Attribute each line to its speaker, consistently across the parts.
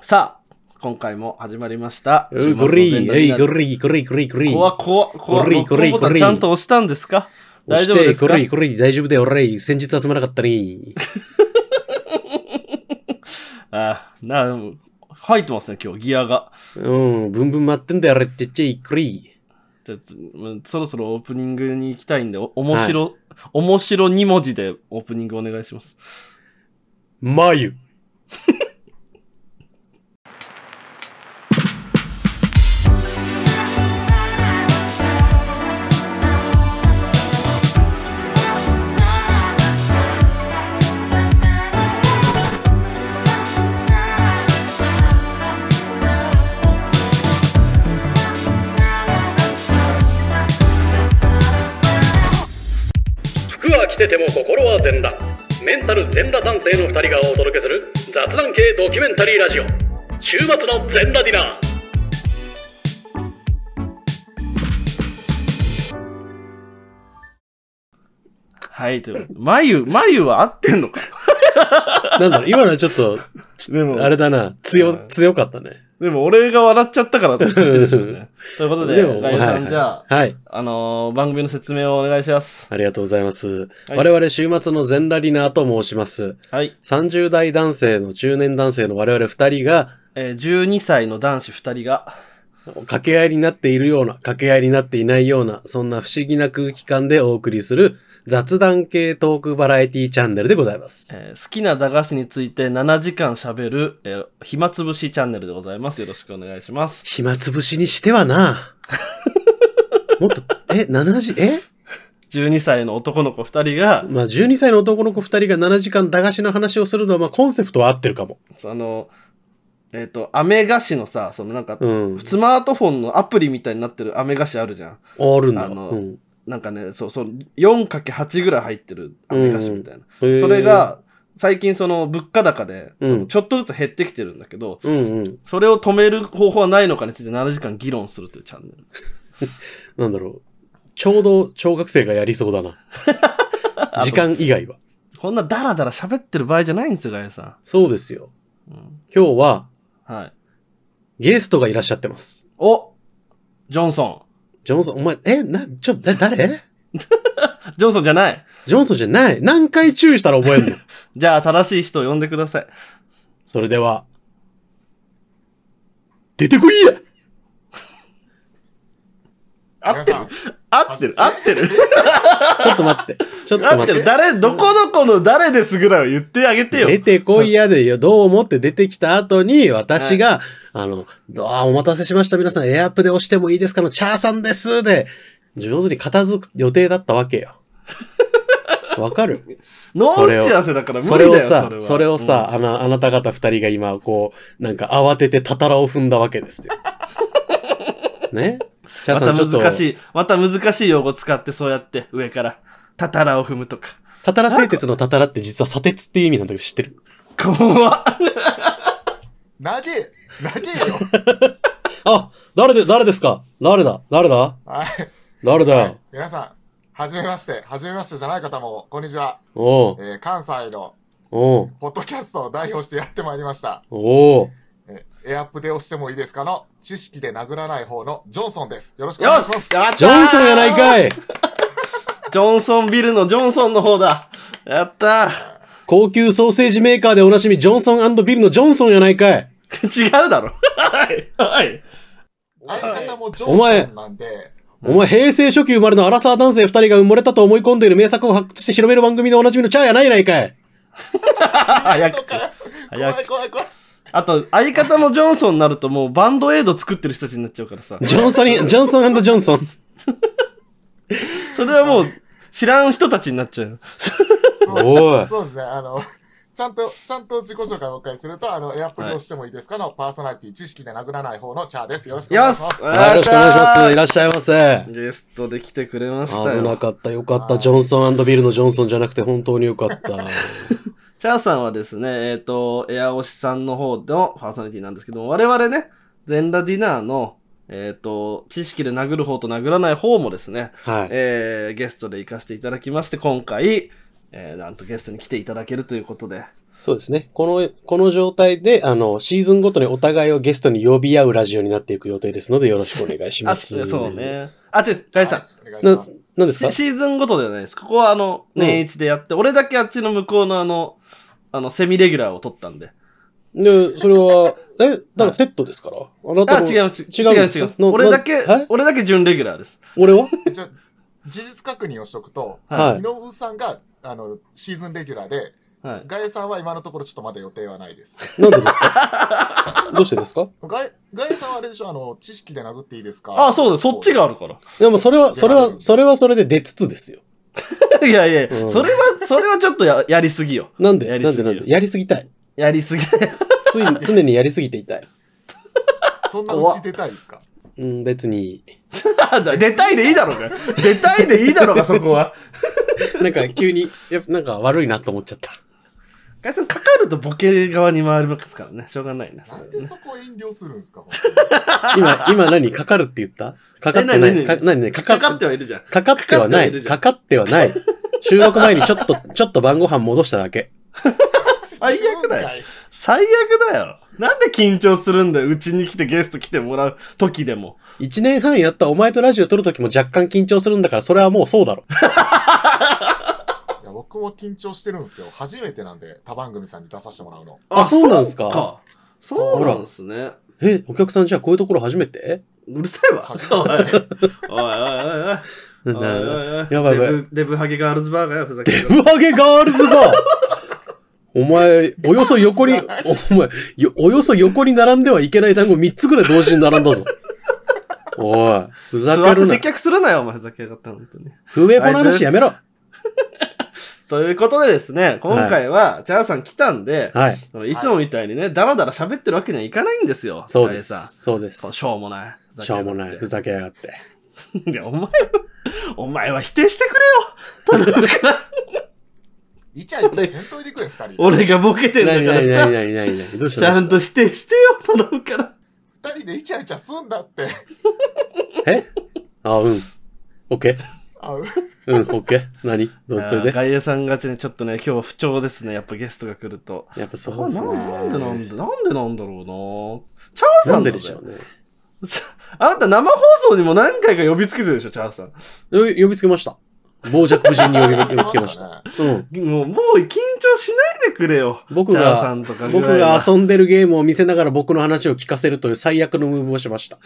Speaker 1: さあ、今回も始まりました。
Speaker 2: えい、ゴリー、えい、ゴ
Speaker 1: ー。
Speaker 2: リー、ゴリー、ゴリー、ゴリー。
Speaker 1: こわこわ、こわ、
Speaker 2: ゴリー
Speaker 1: こ
Speaker 2: ゴリー
Speaker 1: ボタン
Speaker 2: ゴリー
Speaker 1: ちゃんと押したんですか
Speaker 2: 押
Speaker 1: 大
Speaker 2: し
Speaker 1: 丈夫で
Speaker 2: て、
Speaker 1: す
Speaker 2: ゴ
Speaker 1: か
Speaker 2: リー、ゴリー、大丈夫だよ、俺。先日集まらなかったね。
Speaker 1: ああ、な、でも入ってますね、今日、ギアが。
Speaker 2: うん、ブンブン待ってんだよ、あれ。ちっちゃい、ゴリ
Speaker 1: ちょっとうんそろそろオープニングに行きたいんで、お面白、面白2文字でオープニングお願いし ます。
Speaker 2: ー。マユ。
Speaker 3: 服は着てても心は全裸メンタル全裸男性の2人がお届けする雑談系ドキュメンタリーラジオ週末の全裸ディナー
Speaker 1: はい、ということで。眉、眉は合ってんのか
Speaker 2: なんだろう、今のはちょっと、
Speaker 1: でも
Speaker 2: あれだな、強、強かったね。
Speaker 1: でも俺が笑っちゃった からって感じでしょうね。ということで、
Speaker 2: でも
Speaker 1: ガイド
Speaker 2: は
Speaker 1: さ
Speaker 2: い
Speaker 1: ん、
Speaker 2: はい
Speaker 1: じゃあ、
Speaker 2: はい。
Speaker 1: あのー番組の説明をお願いします。
Speaker 2: ありがとうございます。
Speaker 1: はい
Speaker 2: 我々、週末の全裸ディナーと申します。
Speaker 1: はい。
Speaker 2: 30代男性の中年男性の我々2人が、
Speaker 1: えー12歳の男子2人が、
Speaker 2: 掛け合いになっているような、掛け合いになっていないような、そんな不思議な空気感でお送りする雑談系トークバラエティチャンネルでございます。
Speaker 1: えー好きな駄菓子について7時間しゃべる、えー暇つぶしチャンネルでございます。よろしくお願いします。
Speaker 2: 暇つぶしにしてはな。 もっと、え、7時、え
Speaker 1: 12歳の男の子2人が、
Speaker 2: まあ、12歳の男の子2人が7時間駄菓子の話をするのは、まあ、コンセプトは合ってるかも。
Speaker 1: あの、えっ、と、飴菓子のさ、そのなんか、
Speaker 2: うん。
Speaker 1: スマートフォンのアプリみたいになってる飴菓子あるじゃん。
Speaker 2: あるんだ。
Speaker 1: あの
Speaker 2: うん、
Speaker 1: なんかね、そうそう、4×8 ぐらい入ってる飴菓子みたいな。
Speaker 2: そ
Speaker 1: それ、が、最近その物価高で、そのちょっとずつ減ってきてるんだけど、
Speaker 2: うんうん。
Speaker 1: それを止める方法はないのかについて7時間議論するというチャンネル。
Speaker 2: なんだろう。ちょうど小学生がやりそ うだな。時間以外は。
Speaker 1: こんなダラダラ喋ってる場合じゃないんですよ、ガイさ
Speaker 2: そうですよ。
Speaker 1: ん。うん
Speaker 2: 今日は、
Speaker 1: はい。
Speaker 2: ゲストがいらっしゃってます。
Speaker 1: おジョンソ
Speaker 2: ジョンソン、お前、え、な、ちょ、だ、誰
Speaker 1: ン。ジョンソンじゃない
Speaker 2: ジョンソンじゃない。何回注意したら覚えんの
Speaker 1: じゃあ、正しい人を呼んでください。
Speaker 2: それでは、出てこいや
Speaker 1: 合ってる合ってる合ってる
Speaker 2: ちょっと待って。ちょっと
Speaker 1: 合って
Speaker 2: 待っ
Speaker 1: る
Speaker 2: て。
Speaker 1: 誰、どこどこの誰ですぐらいは言ってあげてよ。
Speaker 2: 出てこいやでよ、どう思って出てきた後に、私が、あの、あーお待たせしました。皆さん、エアアップで押してもいいですかの、チャーさんです。で、上手に片付く予定だったわけよ。わかる
Speaker 1: 脳打ち合わせだから無
Speaker 2: そ
Speaker 1: 理
Speaker 2: れを
Speaker 1: だよ、
Speaker 2: さ
Speaker 1: そ、れは。
Speaker 2: それをさ、あの、あなた方二人が今、こう、なんか慌ててたたらを踏んだわけですよ。ねチ
Speaker 1: うん、
Speaker 2: ャ
Speaker 1: ま
Speaker 2: ーさ
Speaker 1: た
Speaker 2: んちょっと、
Speaker 1: 難しい、また難しい用語使ってそうやって上から、たたらを踏むとか。
Speaker 2: たたら製鉄のたたらって実は砂鉄っていう意味なんだけど知ってる
Speaker 1: 怖っ
Speaker 4: 投げ投げよ
Speaker 2: あ、誰で、誰ですか誰だ誰だ
Speaker 4: はい。
Speaker 2: 誰だよ
Speaker 4: 皆さん、はじめまして、はじめましてじゃない方も、こんにちは。
Speaker 2: おう、
Speaker 4: えー関西の
Speaker 2: おう、
Speaker 4: ポッドキャストを代表してやってまいりました。
Speaker 2: おう。
Speaker 4: えーエアアップで押してもいいですかの、知識で殴らない方のジョンソンです。よろしくお
Speaker 1: よ
Speaker 4: 願いします
Speaker 1: し。やったー
Speaker 2: ジョンソンやないかい
Speaker 1: ジョンソンビルのジョンソンの方だやった
Speaker 2: 高級ソーセージメーカーでおなじみ、ジョンソンビルのジョンソンやないかい
Speaker 1: ー違うだろはいはい
Speaker 4: 相方もジ
Speaker 2: お前
Speaker 4: ョンソンなんで、
Speaker 2: お前、平成初期生まれのアラサー男性二人が埋もれたと思い込んでいる名作を発掘して広める番組でおなじみのチャーやないやないかい
Speaker 1: 早口
Speaker 4: 怖
Speaker 1: 早
Speaker 4: い怖い怖い。
Speaker 1: あと、相方もジョンソンになるともうバンドエイド作ってる人たちになっちゃうからさ。
Speaker 2: ジョンソンに、ジョンソンジョンソン。
Speaker 1: それはもう、知らん人たちになっちゃう。
Speaker 2: おい
Speaker 4: そうですね、あの、ちゃんと、ちゃんと自己紹介をもう一回すると、あの、エアアップで押してもいいですかの、パーソナリティ、知識で殴らない方のチャーです。よろしくお願いしま
Speaker 1: よし
Speaker 4: す。
Speaker 2: はい、よろしくお願いします。いらっしゃいませ。
Speaker 1: ゲストで来てくれました
Speaker 2: 危な
Speaker 1: よ。
Speaker 2: かった。よかった。ジョンソンビルのジョンソンじゃなくて本当によかった。
Speaker 1: チャーさんはですね、えっ、と、エアオシさんの方のパーソナリティなんですけども、我々ね、全裸ディナーの、えっ、と、知識で殴る方と殴らない方もですね、
Speaker 2: はい。
Speaker 1: えーゲストで行かせていただきまして、今回、えーなんとゲストに来ていただけるということで、
Speaker 2: そうですね。この、この状態で、あの、シーズンごとにお互いをゲストに呼び合うラジオになっていく予定ですので、よろしくお願いしま
Speaker 1: あ、
Speaker 2: す。
Speaker 1: そう。ね。あ、違う、ガイさん。
Speaker 4: はいお願いし
Speaker 2: な
Speaker 4: ます。、
Speaker 2: なんですか
Speaker 1: シシーズンごとではないです。ここはあの、
Speaker 2: うん
Speaker 1: 年一でやって、俺だけあっちの向こうのあの、あの、セミレギュラーを取ったんで。
Speaker 2: で、それは、え、だからセットですから。あな
Speaker 1: あ、
Speaker 2: たも
Speaker 1: 違う、ち違
Speaker 2: 違う
Speaker 1: う、
Speaker 2: ん
Speaker 1: 違
Speaker 2: で
Speaker 1: う
Speaker 2: すかの
Speaker 1: 俺だけ
Speaker 2: なえ、
Speaker 1: 俺だけ準レギュラーです。
Speaker 2: 俺は
Speaker 4: 一応事実確認をしておくと、
Speaker 2: は
Speaker 4: 井上さんがあのシーズンレギュラーで、
Speaker 1: はい。
Speaker 4: ガエさんは今のところちょっとまだ予定はないです。
Speaker 2: い。なんでですか どうしてですか
Speaker 4: ガエガエさんはあれでしょあの、知識で殴っていいですか
Speaker 1: あ、そうだ、そっち
Speaker 4: が。
Speaker 1: があるから。
Speaker 2: でもそれは、それ
Speaker 4: いや
Speaker 2: は、それはそれで出つつですよ。
Speaker 1: いやいや、
Speaker 2: うん
Speaker 1: それは、それはちょっとややりすぎよ。
Speaker 2: なんで
Speaker 1: やり
Speaker 2: な
Speaker 1: す
Speaker 2: ん
Speaker 1: ぎ
Speaker 2: で
Speaker 1: る
Speaker 2: なんでやりすぎたい。
Speaker 1: やり すぎ。
Speaker 2: つい、常にやりすぎていたい。
Speaker 4: そんなうち出たいですか
Speaker 2: うん、別に。
Speaker 1: なんだ出たいでいいだろうが。出たいでいいだろうが、そこは。
Speaker 2: なんか急に、やっぱなんか悪いなと思っちゃった。
Speaker 1: ガイさん、かかるとボケ側に回りますからね。しょうがないね。そ
Speaker 4: な
Speaker 1: れは
Speaker 4: ん
Speaker 1: ね
Speaker 4: でそこ遠慮するんですか本
Speaker 2: 今、今何かかるって言ったかかってな
Speaker 1: え
Speaker 2: い。
Speaker 1: 何
Speaker 2: か何何か
Speaker 1: かか
Speaker 2: かっ、
Speaker 1: っててはいるじゃん。
Speaker 2: かかってはな
Speaker 1: かかってはいる
Speaker 2: い。
Speaker 1: じゃ
Speaker 2: か
Speaker 1: ん
Speaker 2: かってはない。収録前にちょっと、 ちょっと晩ご飯戻しただけ。
Speaker 1: 最悪だよ。
Speaker 4: よ。
Speaker 1: 最悪だよ。なんで緊張するんだよ。うちに来てゲスト来てもらう時でも。
Speaker 2: 一年半やったお前とラジオ撮るときも若干緊張するんだから、それはもうそうだろ。
Speaker 4: いや、僕も緊張してるんですよ。初めてなんで、他番組さんに出させてもらうの。
Speaker 2: あそうなんすか
Speaker 1: そうかそうなんですね。
Speaker 2: え、お客さんじゃあこういうところ初めて
Speaker 1: うるさいわ。
Speaker 4: 初
Speaker 1: おいおい
Speaker 4: めて。
Speaker 2: な
Speaker 1: おいおいおい。おい
Speaker 2: な
Speaker 1: おいおい。
Speaker 2: やばいやばい
Speaker 1: デブデブハゲガールズバーガーよ、ふざけ
Speaker 2: デ
Speaker 1: て。
Speaker 2: ブハゲガールズバー お前、およそ横 に、お前、よおよそ横に並んではいけない単語3つぐらい同時に並 んだぞ。おい、ふざ
Speaker 1: 座
Speaker 2: け
Speaker 1: って
Speaker 2: るな
Speaker 1: 接。客するなよ、お前、ふざけやがったの、本当に。
Speaker 2: 不名誉な話やめろ。
Speaker 1: ということでですね、今回は、チャーさん来たんで、
Speaker 2: はい。
Speaker 1: いつもみたいにね、だらだら喋ってるわけにはいかないんですよ。
Speaker 2: そうで
Speaker 1: あれさ
Speaker 2: す。そうです。
Speaker 1: しょうもない。ふざ
Speaker 2: し
Speaker 1: けやが
Speaker 2: ょう
Speaker 1: って
Speaker 2: もない。ふざけやがって。
Speaker 1: いや、お前は、お前は否定してくれ
Speaker 4: イチャイチャせんといてくれ、二人。
Speaker 1: よ俺がボケてん
Speaker 2: な
Speaker 1: だ
Speaker 2: に
Speaker 1: か
Speaker 2: なに
Speaker 1: ら
Speaker 2: なに
Speaker 1: さ、
Speaker 2: なになになにどうした
Speaker 1: ちゃん
Speaker 2: と。
Speaker 1: と否定してよ、頼むから。
Speaker 4: 二人でイチャイチャすんだって。
Speaker 2: えあ、うん。オッケー。
Speaker 4: あ、う
Speaker 2: うん、オッケー。何どうそれで
Speaker 1: ガイエさんがちね、ちょっとね、今日不調ですね。やっぱゲストが来ると。
Speaker 2: やっぱそう
Speaker 1: な
Speaker 2: ですね。
Speaker 1: なんでなんで、なんでなんだろうなチャー
Speaker 2: な
Speaker 1: さ
Speaker 2: ん
Speaker 1: ん
Speaker 2: で
Speaker 1: だで
Speaker 2: でし
Speaker 1: し
Speaker 2: ょ
Speaker 1: ょ
Speaker 2: うね。
Speaker 1: あなた生放送にも何回か呼びつけてるでしょ、チャーさん。
Speaker 2: よ呼びつけました。傍若無人に呼び呼びつけました。
Speaker 4: たね。
Speaker 2: うん。
Speaker 1: もう、もう緊張しないでくれよ。
Speaker 2: 僕
Speaker 1: チャー
Speaker 2: が
Speaker 1: さんとか、
Speaker 2: 僕が遊んでるゲームを見せながら僕の話を聞かせるという最悪のムーブをし ました。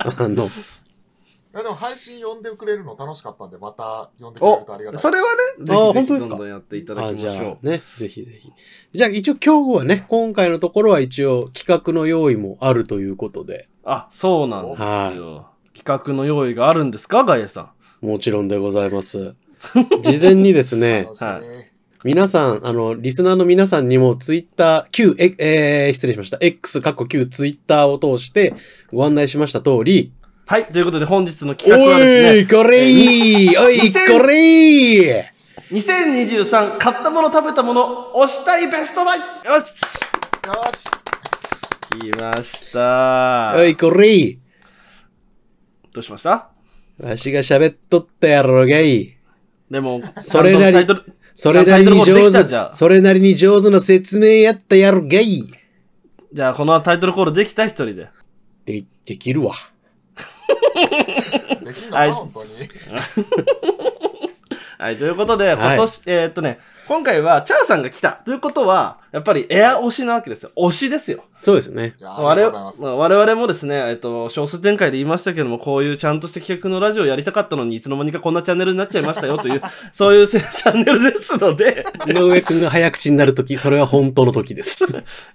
Speaker 2: あの、
Speaker 4: いやでも配信呼んでくれるの楽しかったんで、また呼んでくれるとありが
Speaker 1: お、
Speaker 4: たい。
Speaker 1: それはね、ぜ
Speaker 2: あー
Speaker 1: ひぜ
Speaker 2: 本
Speaker 1: ひ
Speaker 2: 当で
Speaker 1: ど
Speaker 2: すか
Speaker 1: んどんやっていただ
Speaker 2: あ
Speaker 1: き
Speaker 2: じ
Speaker 1: ま
Speaker 2: ゃ
Speaker 1: しょ
Speaker 2: あね、ぜひぜひ。じゃあ一応今日はね、今回のところは一応企画の用意もあるということで、
Speaker 1: う。あ、そうなんですよ。企画の用意があるんですか、ガイエさん。
Speaker 2: もちろんでございます。事前にですね、
Speaker 4: 楽しみ。
Speaker 1: は
Speaker 2: 皆さん、あの、リスナーの皆さんにも、ツイッター、旧、え、えー失礼しました。X、過去旧ツイッターを通してご案内しました通り、
Speaker 1: はい、ということで本日の企画は
Speaker 2: お
Speaker 1: です
Speaker 2: い、
Speaker 1: ね、
Speaker 2: これいいおい、
Speaker 1: 2000
Speaker 2: これいい
Speaker 1: 2023買ったもの食べたもの、押したいベストバイよし
Speaker 4: よし。
Speaker 1: 来ました
Speaker 2: おい、これいい
Speaker 1: どうしました
Speaker 2: わしが喋っとったやろがい。
Speaker 1: でも、
Speaker 2: それなり
Speaker 1: ちゃんとタイトル
Speaker 2: それなりに
Speaker 1: じゃあタイトルコールでき
Speaker 2: 上
Speaker 1: たじゃ
Speaker 2: 手、
Speaker 1: あ
Speaker 2: それなりに上手な説明やったやろがい。
Speaker 1: じゃあ、このタイトルコールできた一人で。
Speaker 2: で、できるわ。
Speaker 4: できんの
Speaker 1: はい
Speaker 4: か、本当に。
Speaker 1: はい、ということで、
Speaker 2: はい
Speaker 1: 今年、えーっとね、今回は、チャーさんが来たということは、やっぱりエア推しなわけですよ。推しですよ。
Speaker 2: そうですよね。
Speaker 4: いやあ
Speaker 1: 我
Speaker 4: りがとうござい
Speaker 1: 々
Speaker 4: ます。
Speaker 1: まあ我々もですね、えっと、少数展開で言いましたけども、こういうちゃんとした企画のラジオをやりたかったのに、いつの間にかこんなチャンネルになっちゃいましたよという、そういうせチャンネルですので、
Speaker 2: 井上くんが早口になるとき、それは本当のときです。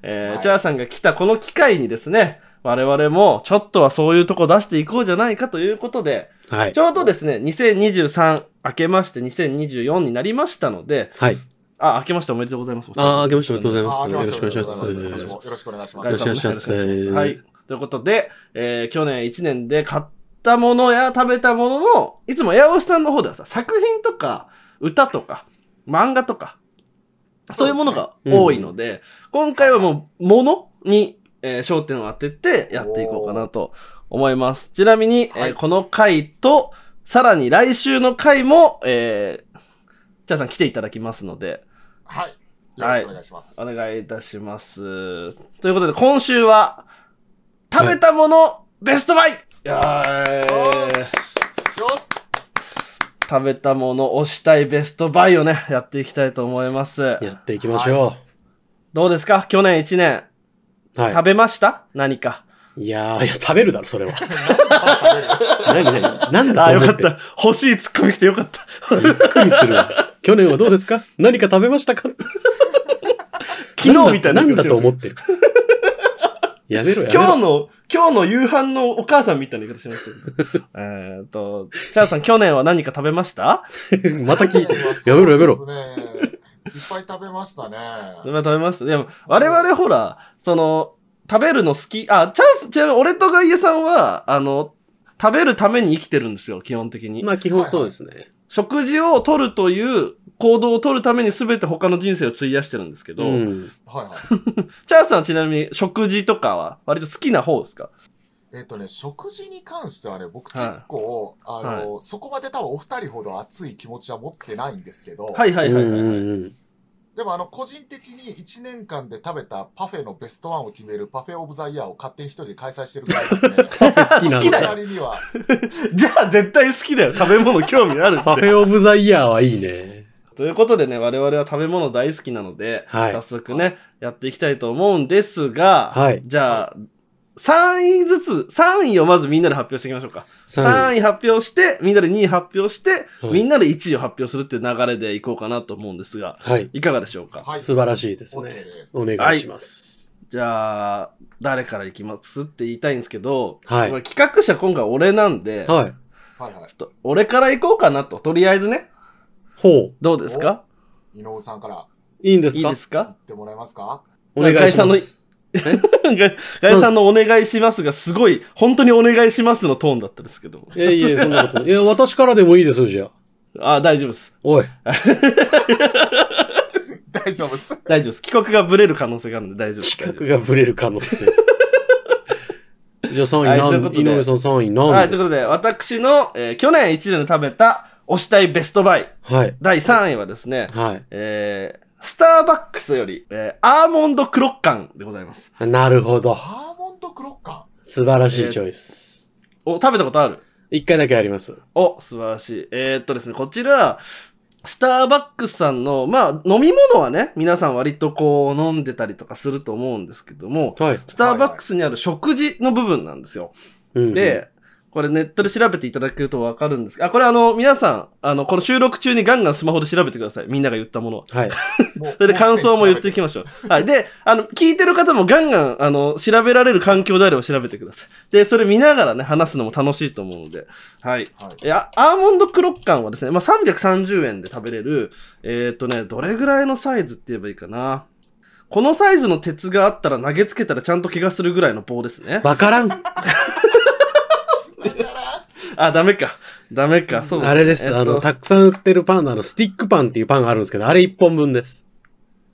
Speaker 1: えー
Speaker 4: はい
Speaker 1: チャーさんが来たこの機会にですね、我々もちょっとはそういうとこ出していこうじゃないかということで、
Speaker 2: はい
Speaker 1: ち。ょうどですね、2023明けまして2024になりましたので、
Speaker 2: はい。
Speaker 1: あ、明けましておめでとうございます。
Speaker 2: あー、明けましておめでとうござい
Speaker 4: あ
Speaker 2: ます。
Speaker 4: 明
Speaker 2: よろ
Speaker 4: けまし
Speaker 2: してくお願いします。
Speaker 4: おめでとうございます今年もよろしくお願いしま
Speaker 1: ガイ
Speaker 4: す。
Speaker 1: さんも
Speaker 2: よろしくお願い
Speaker 1: よろくお
Speaker 2: します
Speaker 1: 願いしはい。ということで、えー去年1年で買ったものや食べたものの、いつもエアオスさんの方ではさ、作品とか、歌とか、漫画とか、そういうものが多いので、今回はもう、ものに、えー焦点を当ててやっていこうかなと思います。ちなみに、
Speaker 4: は
Speaker 1: え
Speaker 4: い
Speaker 1: ーこの回と、さらに来週の回も、えー、チャーさん来ていただきますので、
Speaker 4: はい。よろしくお願いします。
Speaker 1: お願いいたします。ということで、今週は、食べたものベストバイ、
Speaker 4: よ
Speaker 1: い
Speaker 4: ー
Speaker 1: やー
Speaker 4: しよっ
Speaker 1: 食べたもの、推したいベストバイをね、やっていきたいと思います。
Speaker 2: やっていきましょ
Speaker 1: どうですか去年1年、
Speaker 2: う。はい。
Speaker 1: 食べました何か。
Speaker 2: いやー、いや、食べるだろ、それは。 何何何だ
Speaker 1: あ、
Speaker 2: と
Speaker 1: よ
Speaker 2: 思
Speaker 1: か
Speaker 2: っ。
Speaker 1: ってた。欲しいツッコミ来てよかった。
Speaker 2: びっくりす るわ。去年はどうですか何か食べましたか
Speaker 1: 昨日みたいな
Speaker 2: なんだなんだと思
Speaker 1: っ
Speaker 2: ってる。やめろ、やめろ。
Speaker 1: 今日の、今日の夕飯のお母さんみたいな言い方しま したよねえーっと、チャーさん、去年は何か食べました
Speaker 2: また聞いて。や
Speaker 4: や
Speaker 2: めろやめろ
Speaker 4: いっぱい食べましたね。
Speaker 1: 食べました。でも、我々ほら、その、食べるの好き、あ、チャース、ちなみに俺とガイエさんは、あの、食べるために生きてるんですよ、基本的に。
Speaker 2: まあ基本そうですね。
Speaker 1: 食事を取るという行動を取るために全て他の人生を費やしてるんですけど、
Speaker 2: うん。
Speaker 4: はいはい。
Speaker 1: チャースさんはちなみに食事とかは割と好きな方ですか
Speaker 4: えっとね、食事に関してはね、僕結構、あの、そこまで多分お二人ほど熱い気持ちは持ってないんですけど、
Speaker 1: はいはいはい、はい
Speaker 2: うんうんうん
Speaker 4: でもあの、個人的に1年間で食べたパフェのベストワンを決めるパフェオブザイヤーを勝手に一人で開催してるぐらいなんで、
Speaker 2: きな
Speaker 1: 好
Speaker 2: の
Speaker 1: きだよ。
Speaker 4: 二人には、
Speaker 1: じゃあ絶対好きだよ。食べ物興味あるって。
Speaker 2: パフェオブザイヤーはいいね。
Speaker 1: ということでね、我々は食べ物大好きなので、
Speaker 2: はい
Speaker 1: 早速ね、やっていきたいと思うんですが、
Speaker 2: はい
Speaker 1: じゃあ、3位ずつ、3位をまずみんなで発表していきましょうか。3
Speaker 2: 三位
Speaker 1: 位発表して、みんなで2位発表して、
Speaker 2: はい
Speaker 1: みんなで1位を発表するっていう流れでいこうかなと思うんですが、
Speaker 2: はい。
Speaker 1: いかがでしょうか
Speaker 4: はい。
Speaker 2: 素晴らしいです
Speaker 4: オッケ
Speaker 2: ね。
Speaker 4: ーです。
Speaker 2: お願いします。
Speaker 1: じゃあ、誰からいきますって言いたいんですけど、
Speaker 2: はい
Speaker 1: これ企画者今回俺なんで、
Speaker 2: はい。
Speaker 4: はいは
Speaker 1: ちょっと俺からいこうかなと、とりあえずね、
Speaker 2: ほう。
Speaker 1: どうですか
Speaker 4: い。井上さんから言
Speaker 2: いいんです
Speaker 1: いい
Speaker 2: か
Speaker 1: ですか
Speaker 4: ってもらえますか
Speaker 2: お願いします。
Speaker 1: ガイガイさんのお願いしますが、すごい、本当にお願いしますのトーンだったんですけど。
Speaker 2: いやいや、そんなことない。いや、私からでもいいですよ、じゃあ。
Speaker 1: あ、大丈夫です。
Speaker 2: おい。
Speaker 4: 大丈夫です。
Speaker 1: 大丈夫です。帰国がブレる可能性があるんで大丈夫です。
Speaker 2: 企画がブレる可能性。 じゃあ3位
Speaker 1: はい
Speaker 2: な
Speaker 1: とい
Speaker 2: ん
Speaker 1: うことで
Speaker 2: 井上さん
Speaker 1: 大丈
Speaker 2: 3位
Speaker 1: 夫ですは
Speaker 2: なん
Speaker 1: い、というこ
Speaker 2: で
Speaker 1: と
Speaker 2: す
Speaker 1: で、私の、えー去年1年で食べた、推したいベストバイ、
Speaker 2: はい。
Speaker 1: 第3位はですね、
Speaker 2: はい。
Speaker 1: えー、スターバックスより、えー、アーモンドクロッカンでございます。
Speaker 2: なるほど。
Speaker 4: アーモンドクロッカ
Speaker 2: 素晴らしいチョイス。
Speaker 1: お、食べたことある
Speaker 2: 一回だけあります。
Speaker 1: お、素晴らしい。えーっとですね、こちら、スターバックスさんの、まあ、飲み物はね、皆さん割とこう、飲んでたりとかすると思うんですけども、
Speaker 2: はい。
Speaker 1: スターバックスにある食事の部分なんですよ。
Speaker 2: うんうん、
Speaker 1: で、これネットで調べていただけるとわかるんですが、あ、これあの、皆さん、あの、この収録中にガンガンスマホで調べてください。みんなが言ったものは。
Speaker 2: はい。
Speaker 4: ン。もう
Speaker 1: それで感想も言っていき
Speaker 4: も
Speaker 1: ましょう。はい。で、あの、聞いてる方もガンガン、あの、調べられる環境であれば調べてください。で、それ見ながらね、話すのも楽しいと思うので。はい。
Speaker 4: うすでに調べてはい。
Speaker 1: いや、アーモンドクロッカンはですね、まあ、330円で食べれる、えーっとね、どれぐらいのサイズって言えばいいかな。このサイズの鉄があったら投げつけたらちゃんと怪我するぐらいの棒ですね。
Speaker 2: わからん。
Speaker 1: あ、ダメか。ダメか。そうですね
Speaker 2: あれです、
Speaker 1: えっと
Speaker 2: あの、たくさん売ってるパンの、あの、スティックパンっていうパンがあるんですけど、あれ1本分です。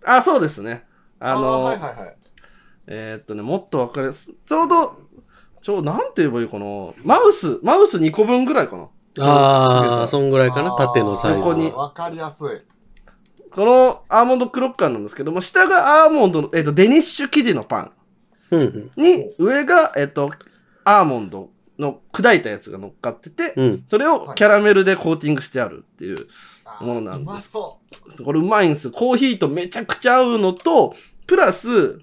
Speaker 1: あ、そうですね。あの、
Speaker 4: ーはいはいはい。
Speaker 1: えーっとね、もっとわかりやすちょうど、ちょう、なんて言えばいいかな。マウス、マウス2個分ぐらいかな。
Speaker 2: ああ、
Speaker 1: そ
Speaker 2: そんぐらいかな、縦のサイズ。
Speaker 1: 横に
Speaker 4: わかりやすい。
Speaker 1: このアーモンドクロッカンなんですけども、下がアーモンドの、えーっと、デニッシュ生地のパ
Speaker 2: うんうん。
Speaker 1: ンに、上が、えーっと、アーモンドの砕いたやつが乗っかってて、
Speaker 2: うん。
Speaker 1: それをキャラメルでコーティングしてあるっていう。
Speaker 4: あ
Speaker 1: もの
Speaker 4: ー
Speaker 1: なんです
Speaker 4: うまそ
Speaker 1: これうまいんですよ。コーヒーとめちゃくちゃ合うのと、プラス、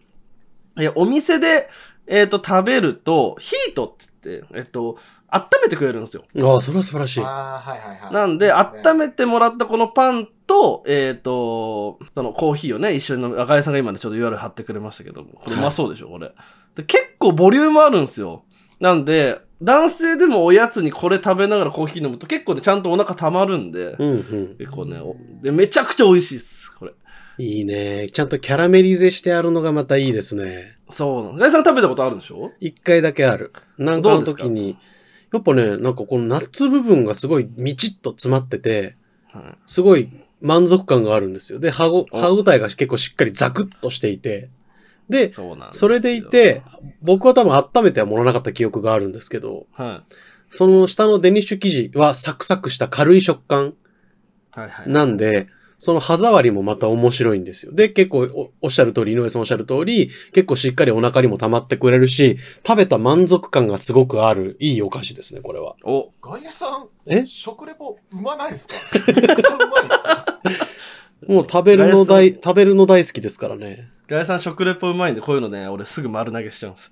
Speaker 1: えお店で、えっ、と、食べると、ヒートって言って、えっ、と、温めてくれるんですよ。
Speaker 2: ああ、それは素晴らし
Speaker 4: う。
Speaker 2: い。
Speaker 4: ああ、はいはいはい。
Speaker 1: なんで、
Speaker 4: すね
Speaker 1: 温めてもらったこのパンと、えっ、と、そのコーヒーをね、一緒に飲む、赤井さんが今ね、ちょっと URL 貼ってくれましたけども、これうまそうでしょ、これ。で結構ボリュームあるんですよ。なんで、男性でもおやつにこれ食べながらコーヒー飲むと結構ね、ちゃんとお腹溜まるんで、
Speaker 2: うんうん。
Speaker 1: 結構ね、おでめちゃくちゃ美味しいです、これ。
Speaker 2: いいね。ちゃんとキャラメリゼしてあるのがまたいいですね。
Speaker 1: そうなの。ガイさん食べたことあるんでしょ
Speaker 2: 一回だけある。なんか
Speaker 1: どう
Speaker 2: の
Speaker 1: ですか
Speaker 2: 時に、やっぱね、なんかこのナッツ部分がすごいみちっと詰まってて、
Speaker 1: はい
Speaker 2: すごい満足感があるんですよ。で、歯ご、
Speaker 1: お
Speaker 2: 歯応えが結構しっかりザクッとしていて。で、
Speaker 1: そうなんですよ
Speaker 2: それでい、て、僕は多分温めてはもらわなかった記憶があるんですけど、
Speaker 1: は
Speaker 2: その下のデニッシュ生地はサクサクした軽い食感
Speaker 1: い。はいはい。
Speaker 2: なんで、その歯触りもまた面白いんですよ。で、結構おおっしゃる通り、井上さんおっしゃる通り、結構しっかりお腹にも溜まってくれるし、食べた満足感がすごくある、いいお菓子ですね、これは。
Speaker 1: お、
Speaker 4: ガイエさん、
Speaker 2: え
Speaker 4: 食レポうまないですか めちゃくちゃうまいですよ。
Speaker 2: もう食べるの大、食べるの大好きですからね。
Speaker 1: ガイさん食レポうまいんで、こういうのね、俺すぐ丸投げしちゃうんです。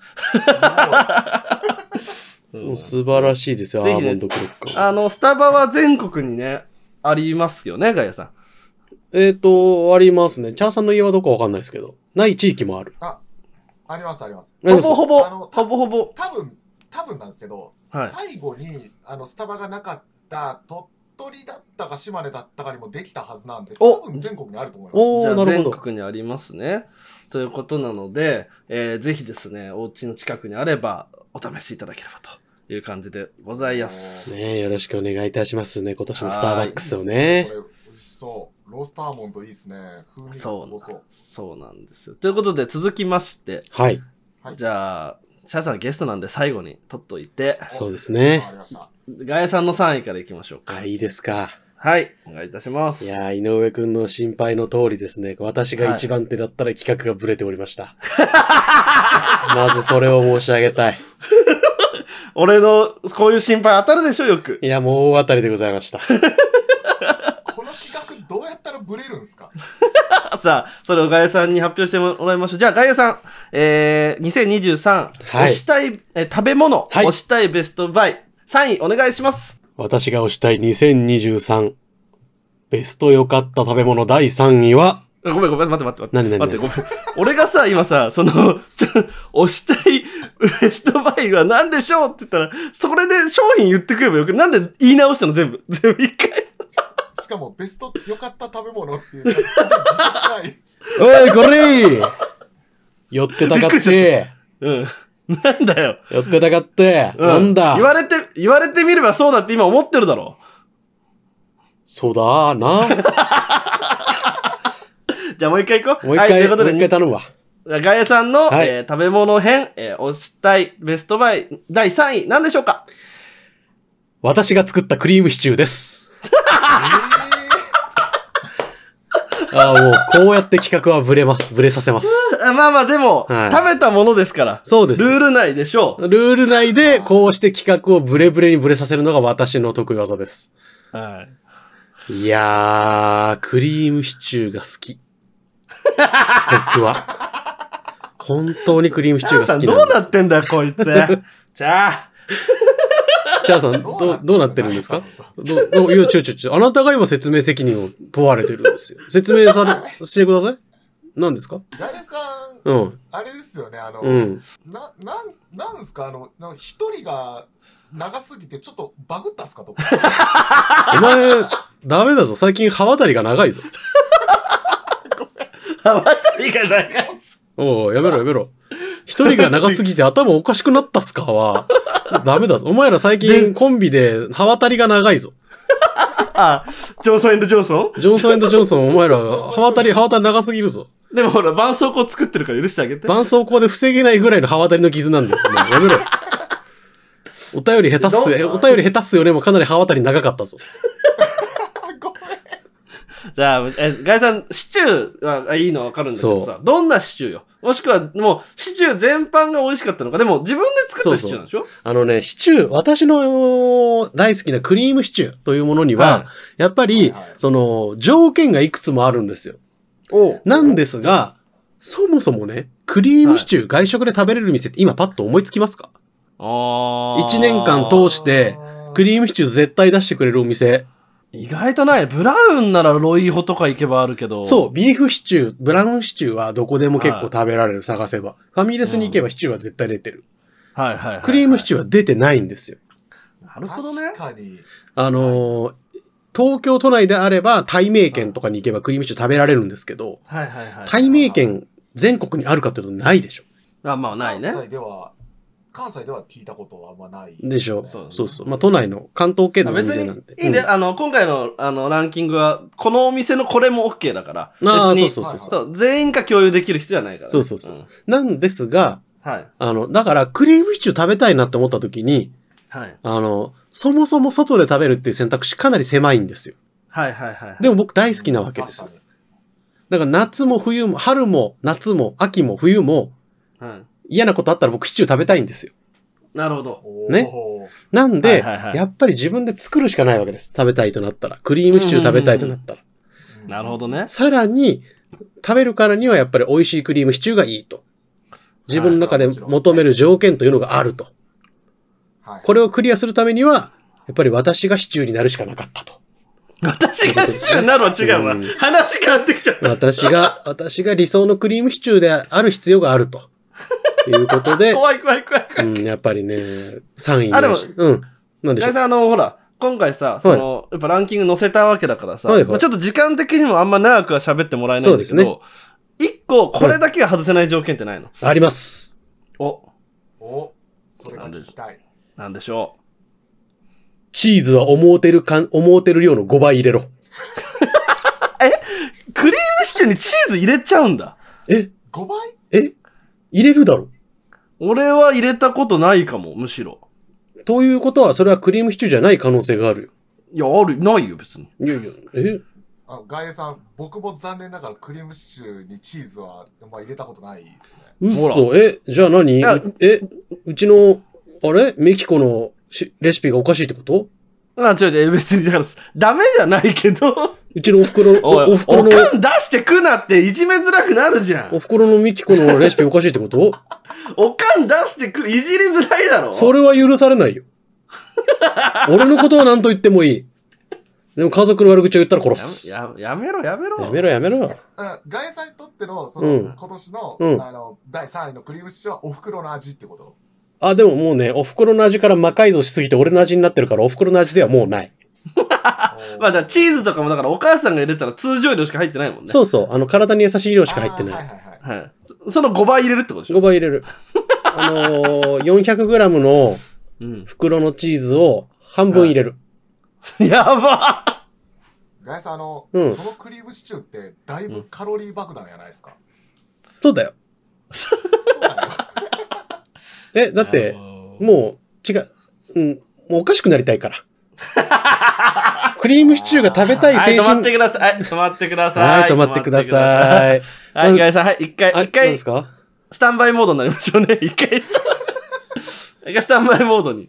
Speaker 2: もう素晴らしいですよ、
Speaker 1: ぜ
Speaker 2: ア
Speaker 1: ひ
Speaker 2: ー
Speaker 1: ね
Speaker 2: モンドクロックは。
Speaker 1: あの、スタバは全国にね、ありますよね、ガイさん。
Speaker 2: えっ、と、ありますね。チャーさんの家はどこかわかんないですけど。ない地域もある。
Speaker 4: あ、ありますあります。
Speaker 2: あり
Speaker 1: ほ
Speaker 2: ます
Speaker 1: ぼほぼ、
Speaker 4: あの
Speaker 1: ほぼほぼ。
Speaker 4: 多分、多分なんですけど、
Speaker 1: はい
Speaker 4: 最後に、あの、スタバがなかった鳥取だったか島根だったかにもできたはずなんで、
Speaker 1: お
Speaker 4: 多分全国にあると思います。
Speaker 2: お
Speaker 1: じゃ
Speaker 2: ー、
Speaker 1: あ
Speaker 2: なる
Speaker 1: 全
Speaker 2: ほど。
Speaker 1: 国にありますね。ということなので、えーぜひですね、お家の近くにあればお試しいただければという感じでございます。
Speaker 2: ねえよろしくお願いいたしますね。今年のスターバックスをね
Speaker 4: こ。れ、美味しそう。ローストアーモンドいいですね。風味がす
Speaker 1: そう
Speaker 4: ご
Speaker 1: な
Speaker 4: そう。
Speaker 1: そうなんですよ。ということで続きまして、
Speaker 2: はい。
Speaker 4: はい
Speaker 1: じゃあ、シャーさんゲストなんで最後に取っといて、
Speaker 2: そうです
Speaker 4: あ
Speaker 2: ね。
Speaker 4: りました。
Speaker 1: ガエさんの3位からいきましょうか。
Speaker 2: あ、いいですか。
Speaker 1: はい、お願いいたします。
Speaker 2: いやー井上くんの心配の通りですね。私が一番手だったら企画がブレておりました。まずそれを申し上げたい。
Speaker 1: 俺のこういう心配当たるでしょ、よく。
Speaker 2: いや、もう大当たりでございました。
Speaker 4: この企画どうやったらブレるんですか
Speaker 1: さあ、それをガエさんに発表してもらいましょう。じゃあ、ガエさん、えー、2023、
Speaker 2: はい
Speaker 1: 推したい、えー食べ物、
Speaker 2: はい
Speaker 1: 推したいベストバイ、3位お願いします。
Speaker 2: 私が推したい2023ベスト良かった食べ物第3位は、
Speaker 1: あごめんごめん、待って待って待っ
Speaker 2: 何
Speaker 1: て。待って、
Speaker 2: 何
Speaker 1: ごめん。俺がさ、今さ、その、ちょ押したいベストバイは何でしょうって言ったら、それで商品言ってくればよくないなんで言い直したの全部。 全部一回。
Speaker 4: しかも、ベスト良かった食べ物っていうのがすごい理解し
Speaker 2: おい、これ寄ってたかっ、
Speaker 1: びっくりしてうん。なんだよ。
Speaker 2: 寄ってたかって、
Speaker 1: う
Speaker 2: なんだ
Speaker 1: 言われて、言われてみればそうだって今思ってるだろ。
Speaker 2: そうだーな。
Speaker 1: じゃあもう一回行こう。
Speaker 2: もう一
Speaker 1: はい、とい
Speaker 2: 回、
Speaker 1: うこと
Speaker 2: もう
Speaker 1: で、
Speaker 2: 一回頼むわ。
Speaker 1: ガエさんの、
Speaker 2: はい
Speaker 1: えー食べ物編、えー、推したいベストバイ第3位、何でしょうか
Speaker 2: 私が作ったクリームシチューです。
Speaker 4: ない。えー
Speaker 2: ああ、もう、こうやって企画はブレます。ブレさせます。
Speaker 1: あまあまあ、でも、
Speaker 2: はい
Speaker 1: 食べたものですから。
Speaker 2: そうです
Speaker 1: ルール内でしょう。
Speaker 2: ルール内で、こうして企画をブレブレにブレさせるのが私の得意技です。
Speaker 1: はい。
Speaker 2: いやー、クリームシチューが好き。僕は。本当にクリームシチューが
Speaker 1: さ
Speaker 2: 好
Speaker 1: ん
Speaker 2: き
Speaker 1: ど
Speaker 2: なん
Speaker 1: う
Speaker 2: で
Speaker 1: な
Speaker 2: す
Speaker 1: っ。てんだよこい つ。じゃあ、
Speaker 2: チャーさん、どう、どうなってるんですかどう、どう、いや、ちょちょちょ、あなたが今説明責任を問われてるんですよ。説明され、してください。何ですか
Speaker 4: ガイエさん、
Speaker 2: うん。
Speaker 4: あれですよね、あの、
Speaker 2: うん。
Speaker 4: な、なん、なんですかあの、なんか一人が長すぎてちょっとバグったっすかと
Speaker 2: お前、ダメだぞ。最近歯渡りが長いぞ。
Speaker 1: あ、またいいかないか。
Speaker 2: おうやめろやめろ。一人が長すぎて頭おかしくなったっすかは、 ダメだぞ。お前ら最近コンビで歯渡りが長いぞ。
Speaker 1: あ、ジョンソンジョンソ
Speaker 2: ジョンソンジョンソンお前ら歯渡り、歯渡り長すぎるぞ。
Speaker 1: ンでもほら、絆創膏作ってるから許してあげて。
Speaker 2: 絆創膏で防げないぐらいの歯渡りの傷なんだよ。お前やめろよ。お便り下手っすよ。お便り下手っすよねもかなり歯渡り長かったぞ。
Speaker 4: ごめん。
Speaker 1: じゃあ、え、ガイさん、シチューはあいいのはわかるんだけど
Speaker 2: そ
Speaker 1: さ、どんなシチューよもしくは、もう、シチュー全般が美味しかったのかでも、自分で作っ
Speaker 2: そう
Speaker 1: たシチ
Speaker 2: そう
Speaker 1: ューなんでしょ
Speaker 2: あのね、シチュー、私の大好きなクリームシチューというものには、
Speaker 1: はい
Speaker 2: やっぱり、
Speaker 4: はいはい
Speaker 2: その、条件がいくつもあるんですよ。
Speaker 1: お
Speaker 2: なんですが、そもそもね、クリームシチュー、外食で食べれる店って今パッと思いつきますか
Speaker 1: あー
Speaker 2: 一年間通して、ク
Speaker 4: リ
Speaker 2: リームシチュー絶対出してくれるお店。
Speaker 1: 意外とない。ブラウンならロイホとか行けばあるけど。
Speaker 2: そう、ビーフシチュー、ブラウンシチューはどこでも結構食べられる、探せば。ファミレスに行けばシチューは絶対出てる。
Speaker 1: う。はいはいはい、
Speaker 2: クリームシ
Speaker 1: ュ
Speaker 2: チューは出てないんですよ。
Speaker 1: ー。なるほどね
Speaker 4: 確。かに。
Speaker 2: あのー東京都内であれば、対名県とかに行けばクリームシチュー食べられるんですけど、
Speaker 1: はいはいはい。
Speaker 2: 対名県全国にあるかというとないでしょ。
Speaker 1: あ、まあないね。
Speaker 4: 関西では、関西では聞いたことはあんまない。
Speaker 2: でしょ。
Speaker 4: そ
Speaker 2: そうう
Speaker 4: だね
Speaker 2: そうまあ都内の、関東圏
Speaker 1: あ
Speaker 2: のお
Speaker 1: 別
Speaker 2: 店
Speaker 1: に
Speaker 2: なんで。
Speaker 1: いいね、
Speaker 2: うん
Speaker 1: あの今回のあのランキングはこのお店のこれも OK だから
Speaker 2: あ
Speaker 1: 別
Speaker 2: あ、そう
Speaker 1: に
Speaker 2: そうそうそう。
Speaker 1: そう全員が共有できる必要はないからね、
Speaker 2: そうそうそうんなんですが、
Speaker 1: はい
Speaker 2: あの、だからクリームシチュー食べたいなって思った時に、
Speaker 1: はい
Speaker 2: あの、そもそも外で食べるっていう選択肢かなり狭いんですよ。
Speaker 1: はいはいはい。
Speaker 2: でも僕大好きなわけです。
Speaker 4: 確か
Speaker 2: だから夏も冬も、春も夏も秋も冬も
Speaker 1: うん、
Speaker 2: 嫌なことあったら僕シチュー食べたいんですよ。
Speaker 1: なるほど。
Speaker 4: に
Speaker 2: ね
Speaker 4: おー
Speaker 2: なんで、
Speaker 1: はいはいはい
Speaker 2: やっぱり自分で作るしかないわけです。食べたいとなったら。クリームシチュー食べたいとなったら。
Speaker 1: なるほどね。
Speaker 2: さらに、食べるからにはやっぱり美味しいクリームシチューがいいと。自分の中で求める条件というのがあると。
Speaker 4: はい。
Speaker 2: これをクリアするためには、やっぱり私がシチューになるしかなかったと。
Speaker 1: 私がシチューなのは違うわ
Speaker 2: うん。
Speaker 1: 話変わってきちゃった。
Speaker 2: 私が、私が理想のクリームシチューである必要があると。いうこと で、
Speaker 1: 怖い怖い怖い。
Speaker 2: うん、やっぱりね、3位
Speaker 1: あでも
Speaker 2: に。うん。なんでしょ
Speaker 1: ガ
Speaker 2: う
Speaker 1: イ。さん、あの、ほら、今回さ、その、やっぱランキング載せたわけだからさ、
Speaker 2: はいはい
Speaker 1: まあちょっと時間的にもあんま長くは喋ってもらえないんだけ
Speaker 2: そうですね
Speaker 1: ど、一、個、これだけは外せない条件ってないの、
Speaker 2: あります。
Speaker 1: お、
Speaker 4: お、それが聞きたい。
Speaker 1: なんでしょ
Speaker 2: チーズは思うてるかん、思うてる量の5倍入れろ。
Speaker 1: う。クリームシチューにチーズ入れちゃうんだ。
Speaker 2: え
Speaker 4: 5倍
Speaker 2: え入れるだろ
Speaker 1: 俺は入れたことないかも、むしろ。
Speaker 2: ということは、それはクリームシチューじゃない可能性があるよ。
Speaker 1: いや、ある、ないよ、別に。
Speaker 2: いやいや、え
Speaker 4: あ、ガエさん、僕も残念ながらクリームシチューにチーズは、まあ、入れたことないですね。
Speaker 1: ほ
Speaker 2: 嘘えじゃあ何
Speaker 1: や
Speaker 2: うえうちの、あれメキコのしレシピがおかしいってこと
Speaker 1: あ、違う違う、別に、だから、ダメじゃないけど、
Speaker 2: うちの お袋、
Speaker 1: おい、
Speaker 2: おお
Speaker 1: お
Speaker 2: 袋の、
Speaker 1: かん出してくなっていじめづらくなるじゃ
Speaker 2: お
Speaker 1: ん。
Speaker 2: 袋のミキコのレシピおかしいってこと
Speaker 1: おかん出してくる、いじりづらいだろ。
Speaker 2: それは許されないよ。俺のことは何と言ってもいい。でも家族の悪口を言ったら殺す。や
Speaker 1: やめややめろ、やめろ。
Speaker 2: めろやめろ。
Speaker 4: あガエさんにとっての、そうの、
Speaker 2: ん
Speaker 4: 今年の、
Speaker 2: うん
Speaker 4: あの、第3位のクリームシチューはお袋の味ってこと
Speaker 2: あ、でももうね、お袋の味から魔改造しすぎて俺の味になってるから、お袋の味ではもうない。
Speaker 1: まあ、だからチーズとかも、だからお母さんが入れたら通常量しか入ってないもんね。
Speaker 2: そうそう、あの、体に優しい量し
Speaker 4: し
Speaker 2: か入ってな
Speaker 4: はい
Speaker 2: い。
Speaker 4: はいはい。
Speaker 1: はい。そその5倍入れるってことでしょ
Speaker 2: 5倍入れる。あのー、400g の
Speaker 1: うん。
Speaker 2: 袋のチーズを半分入れる。
Speaker 1: やば
Speaker 4: ガエさん、あの、
Speaker 2: うん
Speaker 4: そのクリームシチューって、だいぶカロリー爆弾やないですか。
Speaker 2: そうだよ。
Speaker 4: そうだよ。
Speaker 2: え、だって、もう、違う、うん、もうおかしくなりたいから。クリームシチューが食べた い
Speaker 1: はい、
Speaker 2: 精
Speaker 1: 止まって
Speaker 2: 神。
Speaker 1: ください。はい、止まってください。
Speaker 2: はい、止まってください。
Speaker 1: はい。はい、ガイさん、はい、一回、
Speaker 2: あ、
Speaker 1: 一
Speaker 2: 何
Speaker 1: 回
Speaker 2: です、か
Speaker 1: スタンバイモードになりましょうね。 一回、一回スタンバイモードに。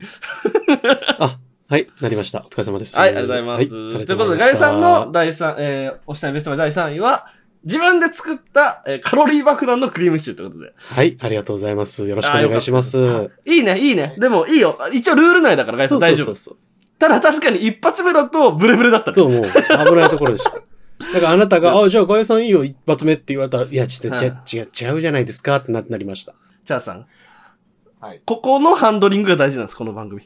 Speaker 2: あ、はい、なりました。お疲れ様です。
Speaker 1: はい、ありがとうございます。
Speaker 2: は
Speaker 1: ということで、ガイさんの、第3、えー、おしたいベストバイ第3位は、自分で作った、えーカロリー爆弾のクリームシチューということで。
Speaker 2: はい、ありがとうございます。よろしくお願いします。
Speaker 1: いいね、いいね。でも、いいよ。一応、ルール内だから、ガイさん
Speaker 2: そうそう
Speaker 1: 大丈
Speaker 2: そ
Speaker 1: 夫
Speaker 2: う。そう。
Speaker 1: ただ、確かに一発目だと、ブレブレだったね
Speaker 2: そう、もう、危ないところで した。だからあなたが、あ、じゃあ、ガイさんいいよ、一発目って言われたら、いや、ちょっと、
Speaker 1: はい
Speaker 2: ちゃ違う、違うじゃないですか、ってななりました。
Speaker 1: チャーさん。
Speaker 4: はい。
Speaker 1: ここのハンドリングが大事なんです、この番組。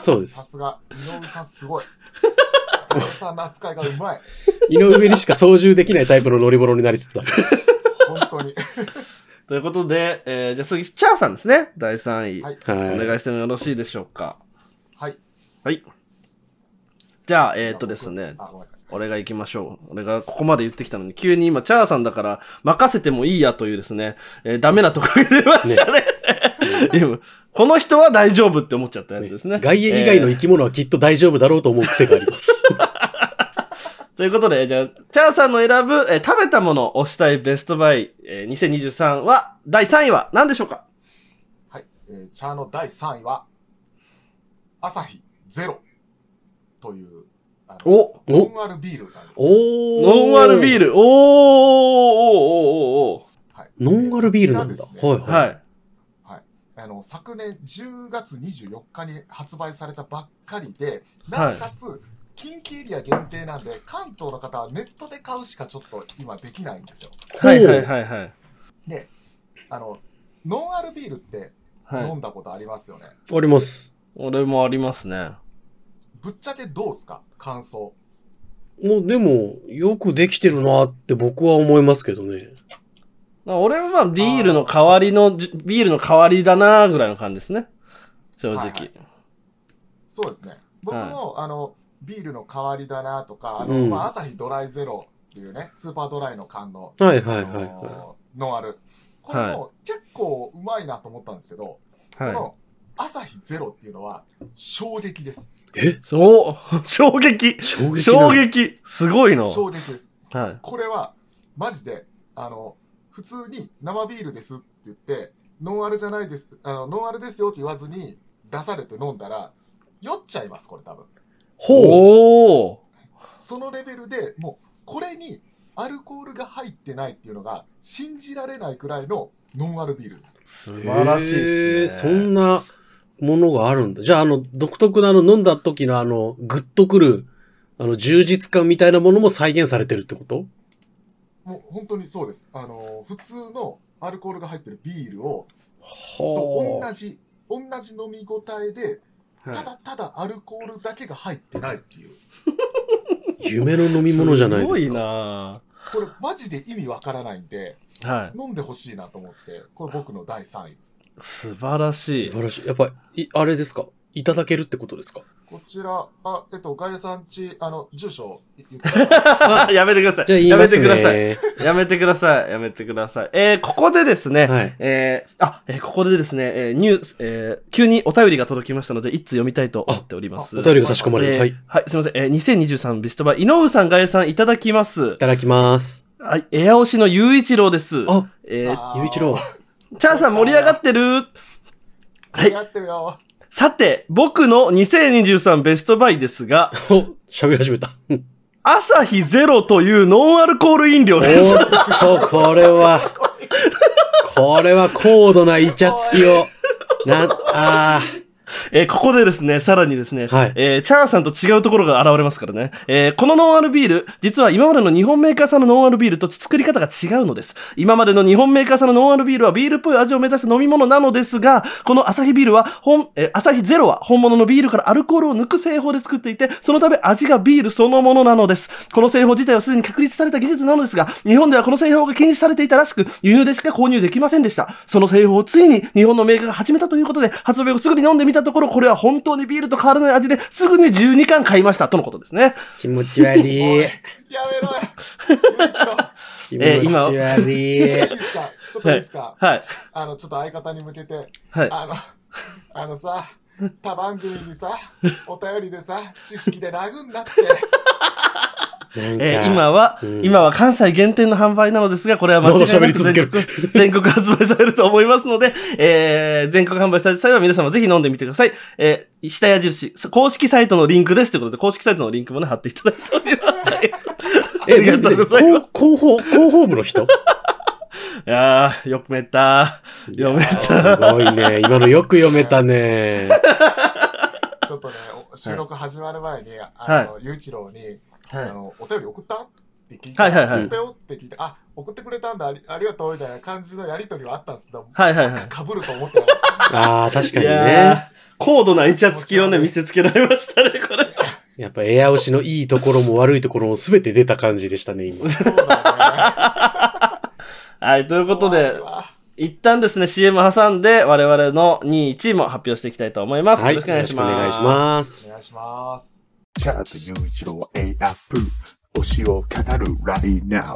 Speaker 2: そうで
Speaker 4: さ
Speaker 2: す。
Speaker 4: すが、井上さんすごい。井上さんの扱いがうまい。
Speaker 2: 井上にしか操縦できないタイプの乗り物になりつつある。
Speaker 4: 本当に。
Speaker 1: ということで、えー、じゃあ次、チャーさんですね。第3位。
Speaker 4: はい
Speaker 1: お
Speaker 2: はい。
Speaker 1: 願いしてもよろしいでしょうか。
Speaker 4: はい。
Speaker 1: はい。じゃあ、えっ、ー、とですね。
Speaker 4: あ、ごめんなさい。
Speaker 1: 俺が行きましょう。俺がここまで言ってきたのに、急に今、チャーさんだから、任せてもいいやというですね、えーダメなところが出ましたね。 今この人は大丈夫って思っちゃったやつですね。
Speaker 2: 外野以外の
Speaker 1: え
Speaker 2: 生き物はきっと大丈夫だろうと思う癖があります。
Speaker 1: ーということで、じゃあ、チャーさんの選ぶ、えー食べたものを推したいベストバイ、えー2023は、第3位は何でしょうか
Speaker 4: はい。えー、チャーの第3位は、朝日ゼロという、あの、
Speaker 1: お
Speaker 2: お
Speaker 4: ノンアルビールなんですよ。
Speaker 2: お
Speaker 1: ノンアルビー
Speaker 2: ル。
Speaker 1: ル。おーおーおーおーおー
Speaker 4: はい、
Speaker 2: ノンアルビールなんだ。
Speaker 4: こちらで
Speaker 2: はい
Speaker 4: すね
Speaker 1: おーは。
Speaker 2: はい
Speaker 4: あの、昨年10月24日に発売されたばっかりで、なおかつ、近畿エリア限定なんで、関東の方はネットで買うしかちょっと今できないんですよ。
Speaker 1: はいはいはいはい。
Speaker 4: で、あの、ノンアルビールって飲
Speaker 1: はい、
Speaker 4: んだことありますよね。
Speaker 2: い。あります。
Speaker 1: 俺もありますね。
Speaker 4: ぶっちゃけどうすか感想。
Speaker 2: もうでも、よくできてるなって僕は思いますけどね。
Speaker 1: まあ俺はまあビールの代わりの、じビールの代わりだなぐらいの感じですね。正直。
Speaker 4: はいはいそうですね。僕も、あの、ビールの代わりだなとか、あの、
Speaker 2: うん
Speaker 4: まあ、朝日ドライゼロっていうね、スーパードライの缶の、
Speaker 2: はいはいはい
Speaker 4: あ
Speaker 2: はい
Speaker 4: のノンアル。これも結構うまいなと思ったんですけど、
Speaker 1: はい
Speaker 4: この朝日ゼロっていうのは衝撃です。
Speaker 2: え
Speaker 1: そう、 衝撃。
Speaker 2: 衝撃な
Speaker 1: 衝撃。すごいの。
Speaker 4: 衝撃です。
Speaker 1: はい。
Speaker 4: これは、マジで、あの、普通に生ビールですって言って、ノンアルじゃないです、あの、ノンアルですよって言わずに出されて飲んだら、酔っちゃいます、これ多分。
Speaker 2: ほう。
Speaker 1: おお
Speaker 4: そのレベルでもう、これにアルコールが入ってないっていうのが信じられないくらいのノンアルビールです。
Speaker 1: 素晴らしい
Speaker 2: へ
Speaker 1: で
Speaker 2: ー
Speaker 1: す
Speaker 2: そ
Speaker 1: ね。
Speaker 2: んなものがあるんだ。じゃあ、あの、独特なあの、飲んだ時のあの、グッとくる、あの、充実感みたいなものも再現されてるってこと
Speaker 4: もう本当にそうです。あの、普通のアルコールが入ってるビールを、と
Speaker 1: ほ
Speaker 4: 同じ、同じ飲み応えで、
Speaker 1: うは
Speaker 4: た
Speaker 1: い
Speaker 4: だただアルコールだけが入ってないっていう。
Speaker 2: 夢の飲み物じゃないですすか。
Speaker 1: ごいな
Speaker 4: これマジで意味わからないんで、
Speaker 1: ぁはい。
Speaker 4: 飲んでほしいなと思って、これ僕の第3位です。
Speaker 1: 素晴らしい
Speaker 2: 素。晴らしい。やっぱ、い、あれですかいただけるってことですか
Speaker 4: こちら、あ、えっと、ガイさんち、あの、住所、い言って
Speaker 1: やめてください。
Speaker 2: じゃあ言い
Speaker 1: や
Speaker 2: ま
Speaker 1: め
Speaker 2: す
Speaker 1: て
Speaker 2: ね。
Speaker 1: ください。やめてください。やめてください。えー、ここでですね、
Speaker 2: はい。
Speaker 1: えー、あ、えーここでですね、えーニュース、えー急にお便りが届きましたので、一通読みたいと思っております。
Speaker 2: お便りが差し込まれる。
Speaker 1: えー
Speaker 2: は。
Speaker 1: はいい
Speaker 2: い、
Speaker 1: すみません。えー、2023ビストバ、井上さん、ガエさん、いただきます。
Speaker 2: ただきます。
Speaker 1: はい、エア推しの雄一郎です。
Speaker 2: あ、
Speaker 1: えー、
Speaker 4: あー
Speaker 2: ゆういちろう。
Speaker 1: チャーさん盛り上がってるはい
Speaker 4: やってるよ。
Speaker 1: さて、僕の2023ベストバイですが、
Speaker 2: お、喋り始めた。
Speaker 1: 朝日ゼロというノンアルコール飲料
Speaker 2: お
Speaker 1: です。
Speaker 2: ーっと、これは、これは高度なイチャつきを、な、あ
Speaker 1: えーここでですね、さらにですね、
Speaker 2: はい
Speaker 1: えーチャーさんと違うところが現れますからね。えーこのノンアルビール、実は今までの日本メーカーさんのノンアルビールと作り方が違うのです。今までの日本メーカーさんのノンアルビールはビールっぽい味を目指す飲み物なのですが、このアサヒビールは本、えーアサヒゼロは本物のビールからアルコールを抜く製法で作っていて、そのため味がビールそのものなのです。この製法自体はすでに確立された技術なのですが、日本ではこの製法が禁止されていたらしく、輸入でしか購入できませんでした。その製法をついに日本のメーカーが始めたということで、発売後すぐに飲んでみたところ、これは本当にビールと変わらない味ですぐに12缶買いました。とのことですね。
Speaker 2: ー気持ち悪い。
Speaker 4: おいやめろよ。ゆういちろう
Speaker 2: 気持ち悪い。
Speaker 4: いいですかちょっといいですか、
Speaker 1: はい。
Speaker 4: あの、ちょっと相方に向けて、
Speaker 1: はい。
Speaker 4: あの、あのさ、他番組にさ、お便りでさ、知識で殴んなって。
Speaker 2: なんか、
Speaker 1: えー今は、
Speaker 2: うん
Speaker 1: 今は関西限定の販売なのですが、これは間違いなく
Speaker 2: まだ喋り続け
Speaker 1: 全
Speaker 2: る
Speaker 1: 国全国発売されると思いますので、えー全国販売された際は皆様ぜひ飲んでみてください。えー下矢印、公式サイトのリンクですということで、公式サイトのリンクもね、貼っていただいております。ありがとうございます
Speaker 2: 広報、広報部の人
Speaker 1: いやー、よくめた。よめた。
Speaker 2: すごいね。今のよく読めたね。
Speaker 4: ちょっとね、お収録始まる前に、あの、ゆういちろうに、あ
Speaker 1: は
Speaker 4: の、お便り送ったって聞いて、
Speaker 1: はいはいはい
Speaker 4: 送ったよって聞いて、あ、送ってくれたんだ、ありありがとうみたいな感じのやりとりはあったんですけど、
Speaker 1: はいはいはい
Speaker 4: まさか被ると思ってなかった。
Speaker 2: ああ、確
Speaker 1: い。
Speaker 2: か
Speaker 1: い
Speaker 2: に
Speaker 1: やー
Speaker 2: ね。
Speaker 1: 高度なイチャつきをね、見せつけられましたね、これ。
Speaker 2: やっぱエア押しのいいところも悪いところも全て出た感じでしたね、今。
Speaker 4: そうだね。
Speaker 1: はい、ということ
Speaker 4: 怖
Speaker 1: で
Speaker 4: い、わ
Speaker 1: 一旦ですね、CM 挟んで、我々の2位、1位も発表していきたいと思います。
Speaker 2: はい。
Speaker 1: よろしく
Speaker 2: よ
Speaker 1: お願
Speaker 2: ろ
Speaker 1: い
Speaker 2: し
Speaker 1: し
Speaker 2: くお
Speaker 1: ます。
Speaker 2: 願いします
Speaker 4: お。願いします。
Speaker 5: チャート雄一郎は A アップ推しを語るラインナッ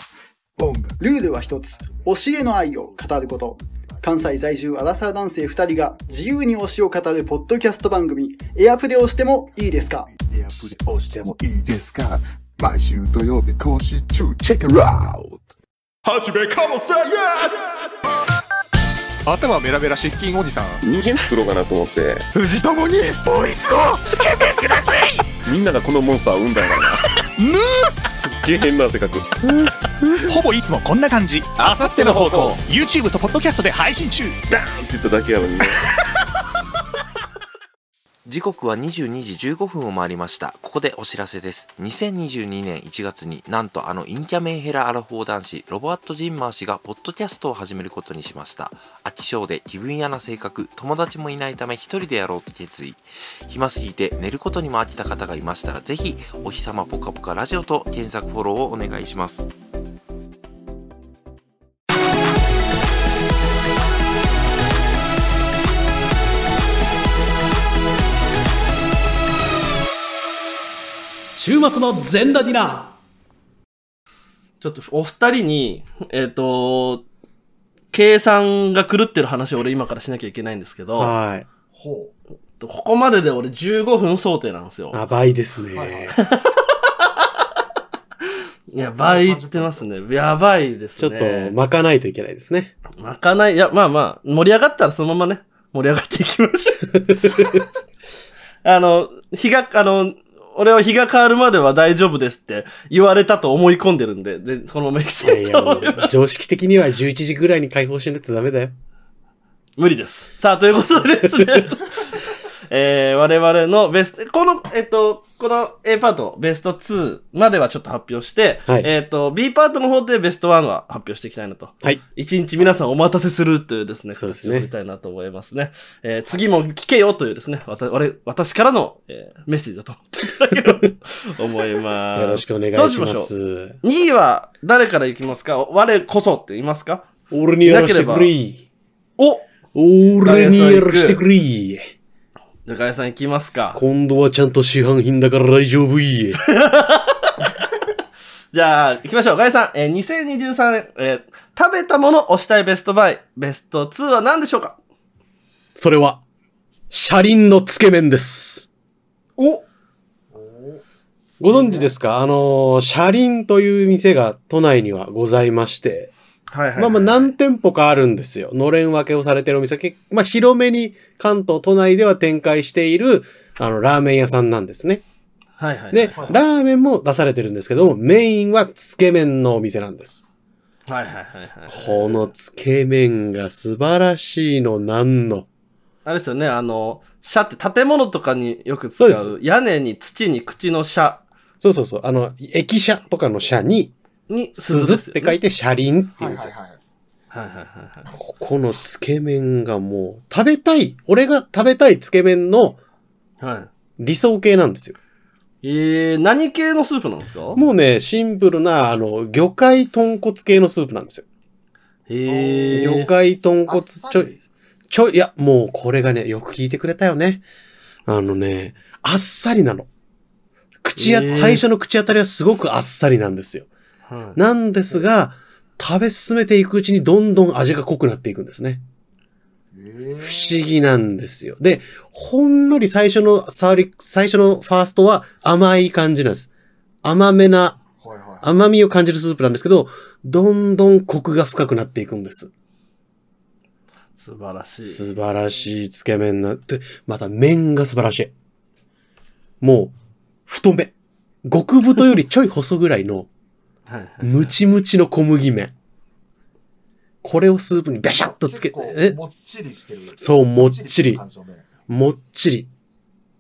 Speaker 5: プ音楽
Speaker 6: ルールは一つ推しへの愛を語ること関西在住アラサー男性2人が自由に推しを語るポッドキャスト番組「エアプレをしてもいいですか?」
Speaker 5: エアプリ押してもいいですか毎週土曜日更新中チェックアウト
Speaker 7: 頭ベラベラ失禁おじさん
Speaker 8: 人間作ろうかなと思って
Speaker 5: 藤友にボイスを
Speaker 8: みんながこのモンスターを産んだんやからなすっげえ変な性格
Speaker 7: ほぼいつもこんな感じあさっての方向 YouTube とポッドキャストで配信中
Speaker 8: ダーンって言っただけやのにね
Speaker 9: 時刻は22時15分を回りました。ここでお知らせです。2022年1月になんとあのインキャメンヘラアラフォー男子ロボアット・ジンマー氏がポッドキャストを始めることにしました。飽き性で気分屋な性格、友達もいないため一人でやろうと決意。暇すぎて寝ることにも飽きた方がいましたらぜひお日様ぽかぽかラジオと検索フォローをお願いします。
Speaker 2: 週末の全ラディナ
Speaker 1: ちょっとお二人に、えっ、と、計算が狂ってる話を俺今からしなきゃいけないんですけど、
Speaker 2: ー。はい。
Speaker 4: ほ
Speaker 1: ここまでで俺15分想定なんですよ。
Speaker 2: あ、倍ですね。
Speaker 4: はいはい
Speaker 1: やばいってますね。やばいです
Speaker 2: ちょ
Speaker 1: ね。
Speaker 2: っと巻かないといけないですね。
Speaker 1: まかない。いや、まあまあ、盛り上がったらそのままね、盛り上がっていきましょう。 あの、日が、あの、俺は日が変わるまでは大丈夫ですって言われたと思い込んでるんで、でそのメキ
Speaker 2: い
Speaker 1: さ
Speaker 2: やいや、も
Speaker 1: んと。
Speaker 2: う常識的には11時ぐらいに解放しないとダメだよ。
Speaker 1: 無理です。さあ、ということでですね。 えー、我々のベスト、この、えっと、この A パート、ベスト2まではちょっと発表して、
Speaker 2: はい
Speaker 1: えっと、B パートの方でベスト1は発表していきたいなと。
Speaker 2: はい。
Speaker 1: 一日皆さんお待たせするというですね、
Speaker 2: そうです
Speaker 1: 形
Speaker 2: ね
Speaker 1: をりたいなと思いますね。えー次も聞けよというですね、わた、俺、私からの、えーメッセージだと思っていただければと思います。
Speaker 2: よろしくお願いし
Speaker 1: ど
Speaker 2: ま
Speaker 1: うしましょう
Speaker 2: す。
Speaker 1: 2位は誰から行きますかお我こそって言いますか
Speaker 2: 俺にやらしてくれい。
Speaker 1: お
Speaker 2: 俺にやらしてくれい。
Speaker 1: 中谷さん行きますか
Speaker 2: 今度はちゃんと市販品だから大丈夫い。
Speaker 1: じゃあ、行きましょう。ガイさん、えー2023、えー食べたもの押したいベストバイ、ベスト2は何でしょうか
Speaker 2: それは、車輪のつけ麺です。
Speaker 1: お
Speaker 2: ご存知ですかあのー、車輪という店が都内にはございまして、
Speaker 1: はいはい、
Speaker 2: まあまあ何店舗かあるんですよ。のれん分けをされてるお店、結まあ広めに関東都内では展開している、あの、ラーメン屋さんなんですね。
Speaker 1: はいはいはい。
Speaker 2: で、
Speaker 4: はい
Speaker 2: ラーメンも出されてるんですけども、メインはつけ麺のお店なんです。
Speaker 1: はいはいはいはい。
Speaker 2: このつけ麺が素晴らしいのなんの。
Speaker 1: あれですよね、あの、車って建物とかによく使
Speaker 2: そう
Speaker 1: う、屋根に土に口の車
Speaker 2: そうそうそう。あの、駅舎とかの車に、
Speaker 1: に
Speaker 2: 鈴って書い
Speaker 1: て。
Speaker 2: て車輪って
Speaker 4: う。
Speaker 2: いうん
Speaker 4: はい
Speaker 2: です
Speaker 4: はい
Speaker 2: よ。
Speaker 4: はい。
Speaker 1: はいはいはいはい。
Speaker 2: ここのつけ麺がもう、食べたい、俺が食べたいつけ麺の
Speaker 1: はい。
Speaker 2: 理想系なんですよ。
Speaker 1: えー、何系のスープなんですか
Speaker 2: もうね、シンプルな、あの、魚介豚骨系のスープなんですよ。
Speaker 1: えー。
Speaker 2: 魚介豚
Speaker 4: あ
Speaker 2: 骨
Speaker 4: っ
Speaker 2: ち
Speaker 4: さ
Speaker 2: ょい
Speaker 4: り、。
Speaker 2: ちょい、いや、もうこれがね、よく聞いてくれたよね。あのね、あっさりなの。口や、
Speaker 1: えー
Speaker 2: 最初の口当たりはすごくあっさりなんですよ。
Speaker 1: はい
Speaker 2: なんですが、食べ進めていくうちにどんどん味が濃くなっていくんですね。
Speaker 4: えー
Speaker 2: 不思議なんですよ。で、ほんのり最初の触り、最初のファーストは甘い感じなんです。甘めな、
Speaker 4: はいはい。
Speaker 2: 甘みを感じるスープなんですけど、どんどんコクが深くなっていくんです。
Speaker 1: 素晴らしい。
Speaker 2: 素晴らしいつけ麺なって、また麺が素晴らしい。もう、太め。極太よりちょい細ぐらいの、
Speaker 1: はいはい
Speaker 2: ムチムチの小麦麺。これをスープにガシャッとつけ
Speaker 4: 結構
Speaker 2: え
Speaker 4: もっちりしてる。
Speaker 2: そう、もっちり
Speaker 4: も。っしてる感じのね
Speaker 2: もっちり。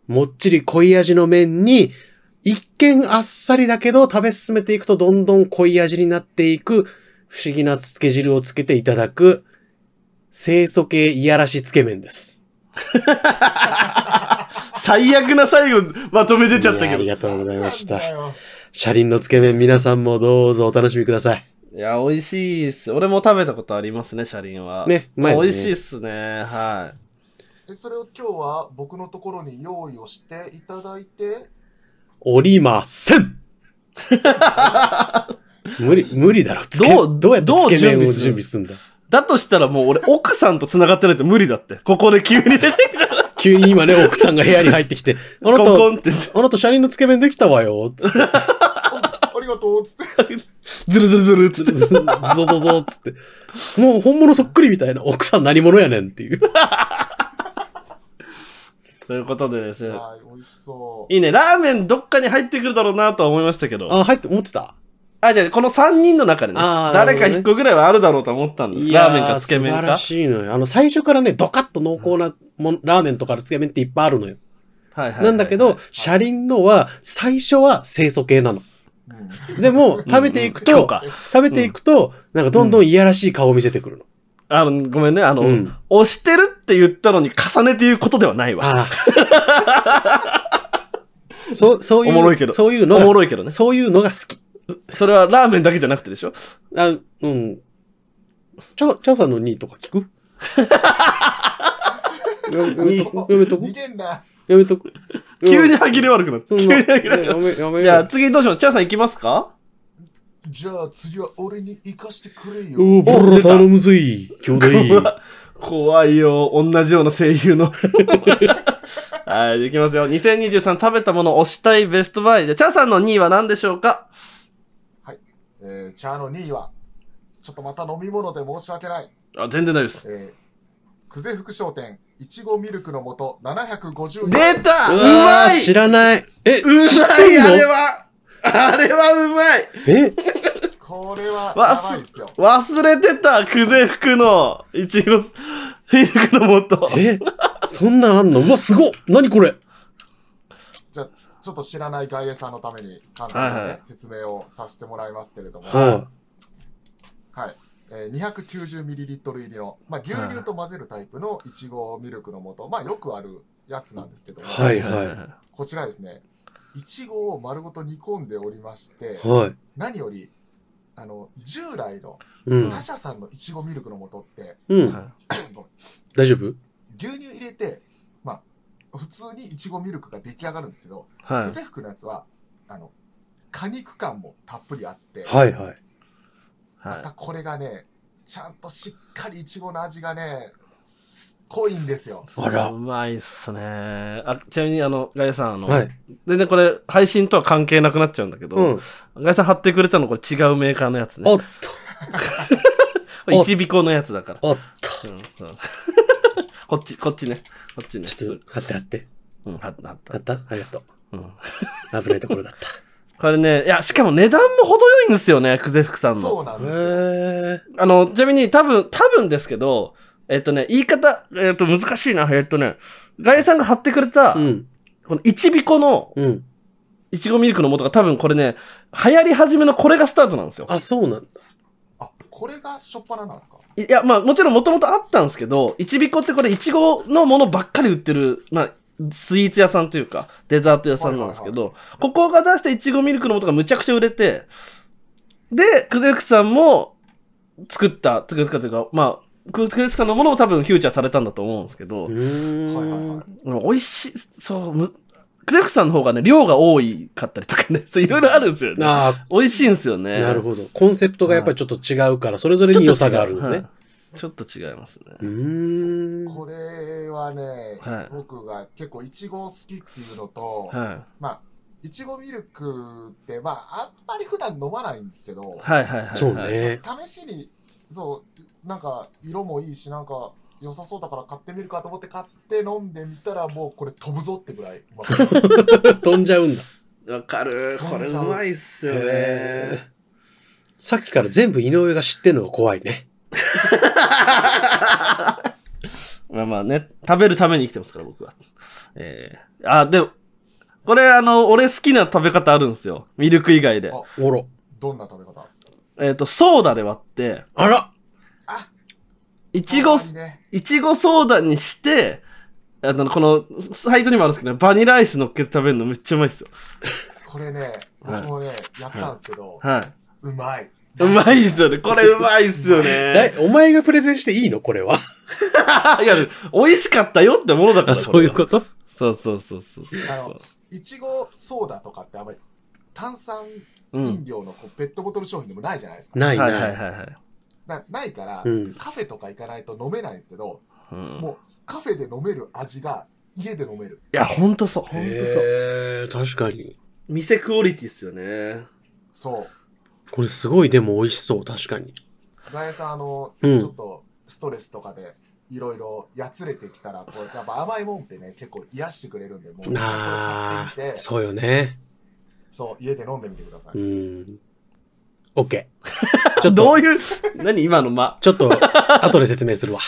Speaker 2: もっちり濃い味の麺に、一見あっさりだけど食べ進めていくとどんどん濃い味になっていく、不思議なつけ汁をつけていただく、清楚系いやらしつけ麺です。
Speaker 1: 最悪な最後、まとめ出ちゃっ
Speaker 2: い
Speaker 1: た
Speaker 2: やあ
Speaker 1: けど。
Speaker 2: り
Speaker 1: い
Speaker 2: がとうございまし
Speaker 4: なんだ
Speaker 2: た。
Speaker 4: よ
Speaker 2: 車輪のつけ麺皆さんもどうぞお楽しみください。
Speaker 1: や、美味しいっす。俺も食べたことありますね、車輪は。
Speaker 2: ねうまいよね
Speaker 1: 美味しいっすね。は
Speaker 4: えそれを今日は僕のところに用意をしていただいて、
Speaker 2: おりませ ん無理、無理だろ。つけ
Speaker 1: どう
Speaker 2: どうやって
Speaker 1: どう
Speaker 2: つけ麺を準
Speaker 1: 準
Speaker 2: 備
Speaker 1: 備
Speaker 2: するんだ
Speaker 1: い。だとしたらもう俺、奥さんと繋がってないと無理だって。ここで急に 出てきたら、
Speaker 2: 急に今ね、奥さんが部屋に入ってきて、あ
Speaker 1: コ
Speaker 2: な
Speaker 1: ン
Speaker 2: た、
Speaker 1: コンって、
Speaker 2: あなた車輪のつけ麺できた わよ。つって、
Speaker 4: あありがとう、つって。
Speaker 1: ズルズルズルっつって。
Speaker 2: ゾゾゾゾつって。もう本物そっくりみたいな。奥さん何者やねんっていう。
Speaker 1: ということでですね。
Speaker 4: はい、美味しそう。
Speaker 1: いいね。ラーメンどっかに入ってくるだろうなとは思いましたけど。あ、
Speaker 2: あ、入って、思ってた。
Speaker 1: じゃあこの3人の中でね。
Speaker 2: あーなる
Speaker 1: 誰
Speaker 2: ほど
Speaker 1: か
Speaker 2: ね
Speaker 1: 1個ぐらいはあるだろうと思ったんです。ラーメンかつけ麺
Speaker 2: いや
Speaker 1: か。
Speaker 2: ー素晴らしいのよ。あの、最初からね、ドカッと濃厚なもんラーメンとかつけ麺っていっぱいあるのよ。
Speaker 1: はいはいはい
Speaker 2: なんだけど、車輪のは、最初は清楚系なの。でも、食べていく
Speaker 1: 今日
Speaker 2: と、
Speaker 1: か
Speaker 2: 食べていくと、なんかどんどんいやらしい顔を見せてくるの。
Speaker 1: あの、ごめんね。あの、
Speaker 2: うん
Speaker 1: 押してるって言ったのに重ねて言うことではないわ。
Speaker 2: あ あ。そう、そういう、
Speaker 1: おもろいけど
Speaker 2: そういうのが
Speaker 1: おもろいけどね
Speaker 2: そういうのが好き。
Speaker 1: それはラーメンだけじゃなくてでしょ
Speaker 2: あ、うん。ちゃ、ちゃうさんの2位とか 聞くやや めとこやめとこ
Speaker 4: 逃げんな。
Speaker 2: やめとこ
Speaker 1: 急に歯切れ悪くなる。
Speaker 2: そ
Speaker 1: 急に
Speaker 2: んな
Speaker 1: 歯切れ悪くな
Speaker 2: や
Speaker 1: る。
Speaker 2: め、やめ
Speaker 1: じゃあ
Speaker 2: よ。
Speaker 1: 次どうしよう。チャーさん行きますか
Speaker 4: じゃあ次は俺に行かしてくれよ。
Speaker 2: おー、ボ
Speaker 1: お
Speaker 2: ロ
Speaker 1: 出た
Speaker 2: 頼むぜい、兄弟。
Speaker 1: ここは怖いよ。同じような声優 の。はい、できますよ。2023食べたもの押したいベストバイで、チャーさんの2位は何でしょうか
Speaker 4: はい。えー、チャーの2位は、ちょっとまた飲み物で申し訳ない。
Speaker 1: あ、全然大丈夫です。
Speaker 4: えー、久世福商店、いちごミルクの素750円。
Speaker 1: 出たう
Speaker 2: わ
Speaker 1: ま
Speaker 2: ー
Speaker 1: い
Speaker 2: 知らない。え、
Speaker 1: う
Speaker 2: 知っ
Speaker 1: ま
Speaker 2: て
Speaker 1: い
Speaker 2: ん
Speaker 1: あれ
Speaker 2: の
Speaker 1: はあれはうまい
Speaker 2: え、
Speaker 4: これは、やばいですよ。
Speaker 1: 忘れてた久世福のいちごミルクのもと。
Speaker 2: え、そんなんあんのうわ、すごっ何これ
Speaker 4: じゃあ、ちょっと知らない外衛さんのために、簡単にね、説明をさせてもらいますけれども。
Speaker 2: は
Speaker 4: はい。えー、290ml 入りの、まあ、牛乳と混ぜるタイプのいちごミルクの素、まあ、よくあるやつなんですけど
Speaker 2: い、
Speaker 4: も、
Speaker 2: はい、
Speaker 1: はい
Speaker 2: は
Speaker 4: こちらですね、いちごを丸ごと煮込んでおりまして、
Speaker 2: い。はい。
Speaker 4: 何より、あの、従来の
Speaker 2: うん。
Speaker 4: 他社さんのいちごミルクの素って、
Speaker 2: うん。大丈夫
Speaker 4: 牛乳入れて、まあ、普通にいちごミルクが出来上がるんですけど、
Speaker 1: は
Speaker 4: 手服のやつは、あの、果肉感もたっぷりあって、
Speaker 2: はい、はい。
Speaker 1: い。は
Speaker 4: またこれがね、ちゃんとしっかりいちごの味がね、す濃いんですよ。
Speaker 2: あら
Speaker 1: うまいっすね。あちなみに、あの、ガイさん、あの、
Speaker 2: はい。
Speaker 1: 全然これ、配信とは関係なくなっちゃうんだけど、
Speaker 2: うん。
Speaker 1: ガイさん貼ってくれたの、これ違うメーカーのやつね。
Speaker 2: おっ
Speaker 1: これ一尾子のやつだから。
Speaker 2: と、おっと。
Speaker 1: うん うんこっち、こっちね。こっちね。
Speaker 2: ちょっと、貼って貼って。
Speaker 1: うん、貼った貼っ
Speaker 2: 貼
Speaker 1: た。
Speaker 2: ったありがと
Speaker 1: うん
Speaker 2: う。危ないところだった。
Speaker 1: これね、いや、しかも値段も程よいんですよね、久世福さんの。
Speaker 4: そうなんですよ。
Speaker 2: へ
Speaker 1: あの、ちなみに多分、多分ですけど、えっとね、言い方、えっと、難しいな。えっとね、ガイさんが貼ってくれた、
Speaker 2: ー。うん。
Speaker 1: この一尾子の
Speaker 2: うん。
Speaker 1: いちごミルクの素が多分これね、流行り始めのこれがスタートなんですよ。
Speaker 2: あ、そうなんだ。
Speaker 4: あ、これがしょっぱななんですか
Speaker 1: いや、まあもちろんもともとあったんですけど、いちびこってこれいちごのものばっかり売ってる、まあ、スイーツ屋さんというか、デザート屋さんなんですけど、ここが出したいちごミルクの素がむちゃくちゃ売れて、で、くぜくさんも作った、作ったというか、まあ、くぜくさんのものを多分フューチャーされたんだと思うんですけど
Speaker 2: う、ーん。
Speaker 4: はいはいはい。
Speaker 1: うん美味しい、そう、むくぜくさんの方がね、量が多いかったりとかね、そういろいろあるんですよね。
Speaker 2: あ
Speaker 1: 美味しいんですよ
Speaker 2: あ、
Speaker 1: ね。
Speaker 2: なるほど。コンセプトがやっぱりちょっと違うから、それぞれ
Speaker 1: ちょっ
Speaker 2: に
Speaker 1: と
Speaker 2: 良さがあるの
Speaker 1: 違う
Speaker 2: ね。
Speaker 1: はいちょっと違いますね。
Speaker 2: うーん。
Speaker 4: これはね、
Speaker 1: はい
Speaker 4: 僕が結構いちご好きっていうのと、
Speaker 1: はい
Speaker 4: まあ、いちごミルクって、まあ、あんまり普段飲まないんですけど、
Speaker 1: はいはいはいはい。
Speaker 2: そうね。
Speaker 4: 試しに、そう、なんか、色もいいし、なんか、良さそうだから買ってみるかと思って買って飲んでみたら、もうこれ飛ぶぞってぐらい。まあ
Speaker 2: 飛んじゃうんだ。
Speaker 1: わかる。これうまいっすよ
Speaker 2: へ
Speaker 1: ね。
Speaker 2: さっきから全部井上が知ってるのが怖いね。
Speaker 1: まあまあね、食べるために生きてますから、僕は。えー、あ、でも、これあの、俺好きな食べ方あるんですよ。ミルク以外で。
Speaker 4: あ
Speaker 2: おろ。
Speaker 4: どんな食べ方
Speaker 1: えっ、と、ソーダで割って、
Speaker 2: あら
Speaker 1: いちご、
Speaker 4: そんなにね
Speaker 1: いちごソーダにして、あの、この、サイトにもあるんですけど、バニラアイス乗っけて食べるのめっちゃうまいっすよ。
Speaker 4: これね、僕もね、やったんですけど、
Speaker 1: はい。
Speaker 4: うまい。
Speaker 1: うまいっすよね。これうまいっすよ ね。
Speaker 2: えお前がプレゼンしていいのこれは。
Speaker 1: いや、美味しかったよってものだから。
Speaker 2: あ、そういう
Speaker 1: これは
Speaker 2: こと
Speaker 1: そうそうそうそうそう
Speaker 4: あ
Speaker 1: そ
Speaker 4: の
Speaker 1: う。、
Speaker 4: いちごソーダとかってあんまり炭酸
Speaker 1: うん
Speaker 4: 飲料のこうペットボトル商品でもないじゃないです か。
Speaker 2: な
Speaker 1: はいいはいはい
Speaker 2: な。
Speaker 1: はいい。
Speaker 4: なないから、
Speaker 2: うん
Speaker 4: カフェとか行かないと飲めないんですけど、
Speaker 1: うん
Speaker 4: もうカフェで飲める味が家で飲める。
Speaker 1: いや、ほんとそう。ほんとそう。
Speaker 2: へー確かに。
Speaker 1: 店クオリティっすよね。
Speaker 4: そう。
Speaker 2: これすごいでも美味しそう、確かに。
Speaker 4: ガエさん、あの、
Speaker 2: うん
Speaker 4: ちょっとストレスとかで、いろいろやつれてきたら、こう、やっぱ甘いもんってね、結構癒してくれるんで、も
Speaker 2: あ
Speaker 4: う、これ買ってみ
Speaker 2: ー、
Speaker 4: て、
Speaker 2: そうよね。
Speaker 4: そう、家で飲んでみてください。
Speaker 2: うん。OK。ちょっ
Speaker 1: ど
Speaker 2: と、
Speaker 1: ういう、何今の間。
Speaker 2: ちょっと、後で説明するわ。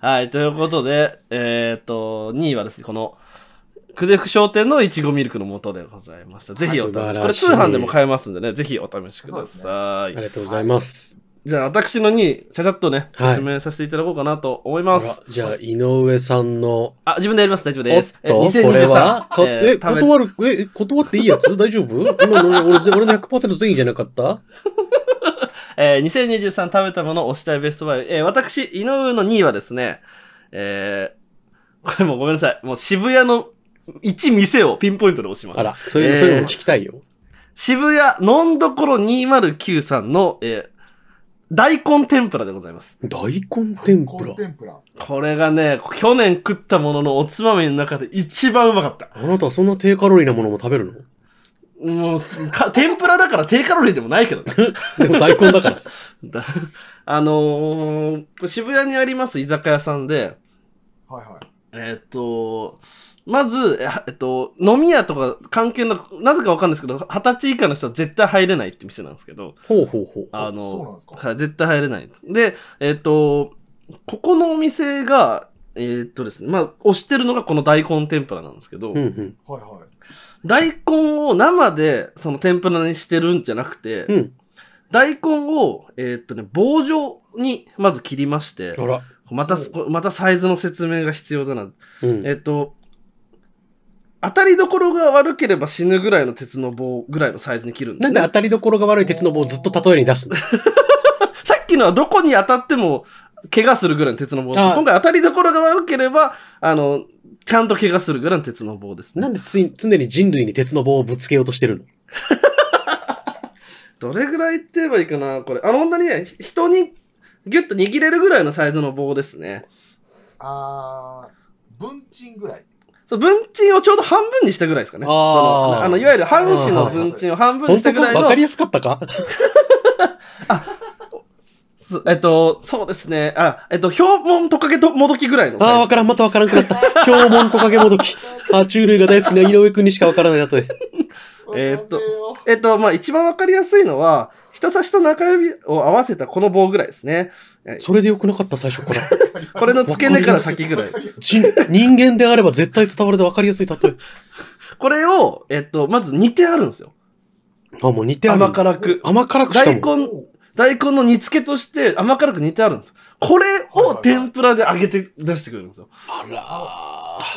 Speaker 1: はい、ということで、えっ、と、2位はですね、この、久世福商店のいちごミルクの素でございました。ぜひお
Speaker 2: 素
Speaker 1: 試し。
Speaker 2: 晴
Speaker 1: こ
Speaker 2: ら
Speaker 1: れ
Speaker 2: しい
Speaker 1: 通販でも買えますんでね、ぜひお試しください。
Speaker 2: ありがとうございます。
Speaker 1: じゃあ、私の2位、ちゃちゃっとね、
Speaker 2: はい
Speaker 1: 説明させていただこうかなと思い
Speaker 2: あ
Speaker 1: ます。
Speaker 2: らじゃあ、井上さんの、
Speaker 1: あ、自分でやります。大丈夫
Speaker 2: お
Speaker 1: で
Speaker 2: っ
Speaker 1: す
Speaker 2: と。、
Speaker 1: え2023
Speaker 2: これは、か
Speaker 1: えー
Speaker 2: え、
Speaker 1: 食べ
Speaker 2: 断る、え、断っていいやつ大 丈夫今の俺ぜ俺の100%善意じゃなかった
Speaker 1: えー2023食べたものを推したいベストバイ。えー私、井上の2位はですね、えーこれもうごめんなさい。もう渋谷の1店をピンポイントで押します。
Speaker 2: あら、そういう、
Speaker 1: えー
Speaker 2: そういうのも聞きたいよ。
Speaker 1: 渋谷のんどころ2093の、えー大根天ぷらでございます。
Speaker 2: 大根天ぷ
Speaker 4: コ
Speaker 2: ら
Speaker 4: ン。天ぷら。
Speaker 1: これがね、去年食ったもののおつまみの中で一番うまかった。
Speaker 2: あなたはそんな低カロリーなものも食べるの
Speaker 1: もう、か天ぷらだから低カロリーでもないけどね。
Speaker 2: でも大根だからさ。
Speaker 1: だあのー、これ渋谷にあります居酒屋さんで、
Speaker 4: はいはい。
Speaker 1: えーっと、まず、ええっと、飲み屋とか関係なく、なぜかわかんないですけど、二十歳以下の人は絶対入れないって店なんですけど、
Speaker 2: ほうほうほう。
Speaker 1: あ
Speaker 4: そうなん
Speaker 1: の
Speaker 4: です、か
Speaker 1: はい、絶対入れないです。で、えーっと、ここのお店が、えーっとですね、まあ、推してるのがこの大根天ぷらなんですけど、
Speaker 2: うんうん。
Speaker 4: はいはい。
Speaker 1: 大根を生でその天ぷらにしてるんじゃなくて、
Speaker 2: うん。
Speaker 1: 大根を、えーっとね、棒状にまず切りまして、
Speaker 2: あら。
Speaker 1: またす、こまたサイズの説明が必要だな。
Speaker 2: うん。
Speaker 1: えっと、当たりどころが悪ければ死ぬぐらいの鉄の棒ぐらいのサイズに切るんで
Speaker 2: な
Speaker 1: す
Speaker 2: ん
Speaker 1: ね、
Speaker 2: で当たりどころが悪い鉄の棒をずっと例えに出すの
Speaker 1: さっきのはどこに当たっても怪我するぐらいの鉄の棒。
Speaker 2: あ
Speaker 1: 今回当たりどころが悪ければ、あの、ちゃんと怪我するぐらいの鉄の棒です
Speaker 2: な
Speaker 1: ね。
Speaker 2: んでつい常に人類に鉄の棒をぶつけようとしてるの
Speaker 1: どれぐらいって言えばいいかなこれ。あの、本当にね、ひ人にギュッと握れるぐらいのサイズの棒ですね。
Speaker 4: あー、文鎮ぐらい。
Speaker 1: そう文鎮をちょうど半分にしたぐらいですかね。
Speaker 2: あー
Speaker 1: そのあの、いわゆる半紙の文鎮を半分に
Speaker 2: 本
Speaker 1: した
Speaker 2: 当
Speaker 1: ぐ
Speaker 2: から
Speaker 1: い
Speaker 2: わ
Speaker 1: の
Speaker 2: かりやすかったか
Speaker 1: そえっと、そうですね。あ、えっと、表門トカゲともどきぐらいの。
Speaker 2: ああ、わからん。またわからんくなった。標本トカゲもどき。爬虫類が大好きな井上くんにしかわからない例え。
Speaker 1: えーっと
Speaker 4: わかんねえ
Speaker 1: え
Speaker 4: よ
Speaker 1: っと、まあ、一番わかりやすいのは、人差しと中指を合わせたこの棒ぐらいですね。
Speaker 2: それでよくなかった、最初から。
Speaker 1: これの付け根から先ぐらい。
Speaker 2: 人、人間であれば絶対伝わるでわかりやすい例え。
Speaker 1: これを、えっと、まず煮てあるんですよ。
Speaker 2: あ、もう似てある。
Speaker 1: 甘辛く。
Speaker 2: 甘辛くし
Speaker 1: 大
Speaker 2: たもん。
Speaker 1: 根、大根の煮付けとして甘辛く煮てあるんです。これを天ぷらで揚げて出してくれるんですよ。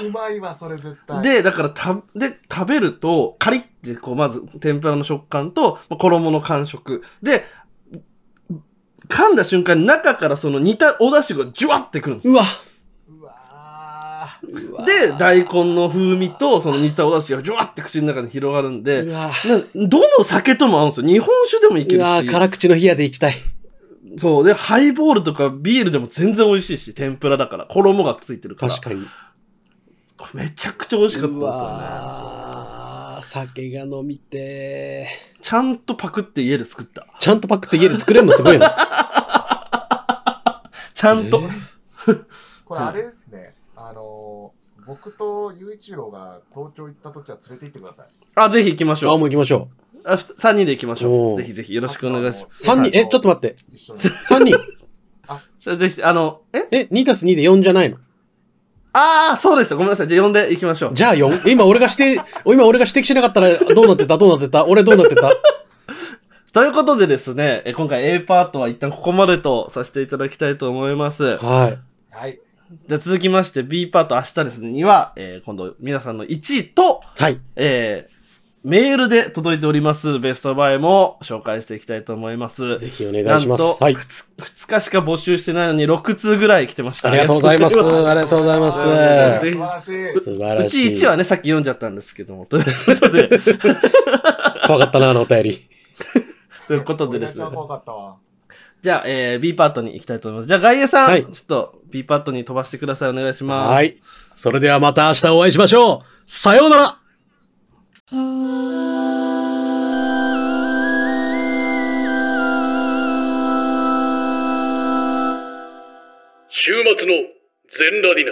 Speaker 4: うまいわ、それ絶対。
Speaker 1: で、だからた、で、食べると、カリッて、こう、まず、天ぷらの食感と、まあ衣の感触。で、噛んだ瞬間に中からその煮たお出汁がジュワってくるんですよ
Speaker 2: うわ。
Speaker 4: うわー
Speaker 1: で、大根の風味と、その煮たお出汁がジュワって口の中に広がるんで、
Speaker 2: う
Speaker 1: な
Speaker 2: わ。
Speaker 1: どの酒とも合うんですよ。日本酒でもいうける
Speaker 2: わ、
Speaker 1: し。
Speaker 2: 辛口の冷やで行きたい。
Speaker 1: そう。で、ハイボールとかビールでも全然美味しいし、天ぷらだから。衣がついてるから。
Speaker 2: 確かに。
Speaker 1: これめちゃくちゃ美味しかったん
Speaker 2: う
Speaker 1: ですよね。
Speaker 2: わ酒が飲みてー
Speaker 1: ちゃんとパクって家で作った。
Speaker 2: ちゃんとパックって家で作れるのすごいな。
Speaker 1: ちゃんと。
Speaker 4: これあれですね。あのー、僕と雄一郎が東京行った時は連れて行ってください。
Speaker 1: あ、ぜひ行きまし
Speaker 2: あ、
Speaker 1: ょう
Speaker 2: も。う行きましょ
Speaker 1: あ、ふ3人で行きましょう。
Speaker 2: おー
Speaker 1: ぜひぜひよろしくお願いしま
Speaker 2: う。三人、え、ちょっと待って。
Speaker 4: 一緒に。
Speaker 2: 三人。
Speaker 1: す。ぜひ、あの、え
Speaker 2: え、2たす2で4じゃないの
Speaker 1: ああ、そうでした。ごめんなさい。じゃあ呼んで行きましょう。
Speaker 2: じゃあ 4? 今俺が指定、 今俺が指摘しなかったらどうなってたどうなってた俺どうなってた
Speaker 1: ということでですね、え今回 A パートは一旦ここまでとさせていただきたいと思います。
Speaker 2: はい。
Speaker 4: はい。
Speaker 1: じゃあ続きまして B パート明日ですね、には、えー今度皆さんの1位と、
Speaker 2: はい。
Speaker 1: えーメールで届いておりますベストバイも紹介していきたいと思います。
Speaker 2: ぜひお願いします
Speaker 1: なんと、
Speaker 2: はい
Speaker 1: 2, 日しか募集してないのに6通ぐらい来てました。
Speaker 2: ありがとうございます。
Speaker 1: ありがとう
Speaker 2: ありがとうございます。
Speaker 1: あ
Speaker 4: 素晴らし
Speaker 2: 素晴
Speaker 4: い。
Speaker 1: ございます
Speaker 2: ら
Speaker 1: うち
Speaker 2: しい。
Speaker 1: 1はね、さっき読んじゃったんですけども、ということで、
Speaker 2: 怖かったな、あのお便り。
Speaker 1: ということでです
Speaker 4: め
Speaker 1: ね
Speaker 4: っちゃ。怖かったわ。
Speaker 1: じゃあ、えー、B パートに行きたいと思います。じゃあ、ガイエさん、
Speaker 2: はい
Speaker 1: ちょっと B パートに飛ばしてください。お願いします。
Speaker 2: は。い。それではまた明日お会いしましょう。さようなら
Speaker 3: 週末の全ラディナ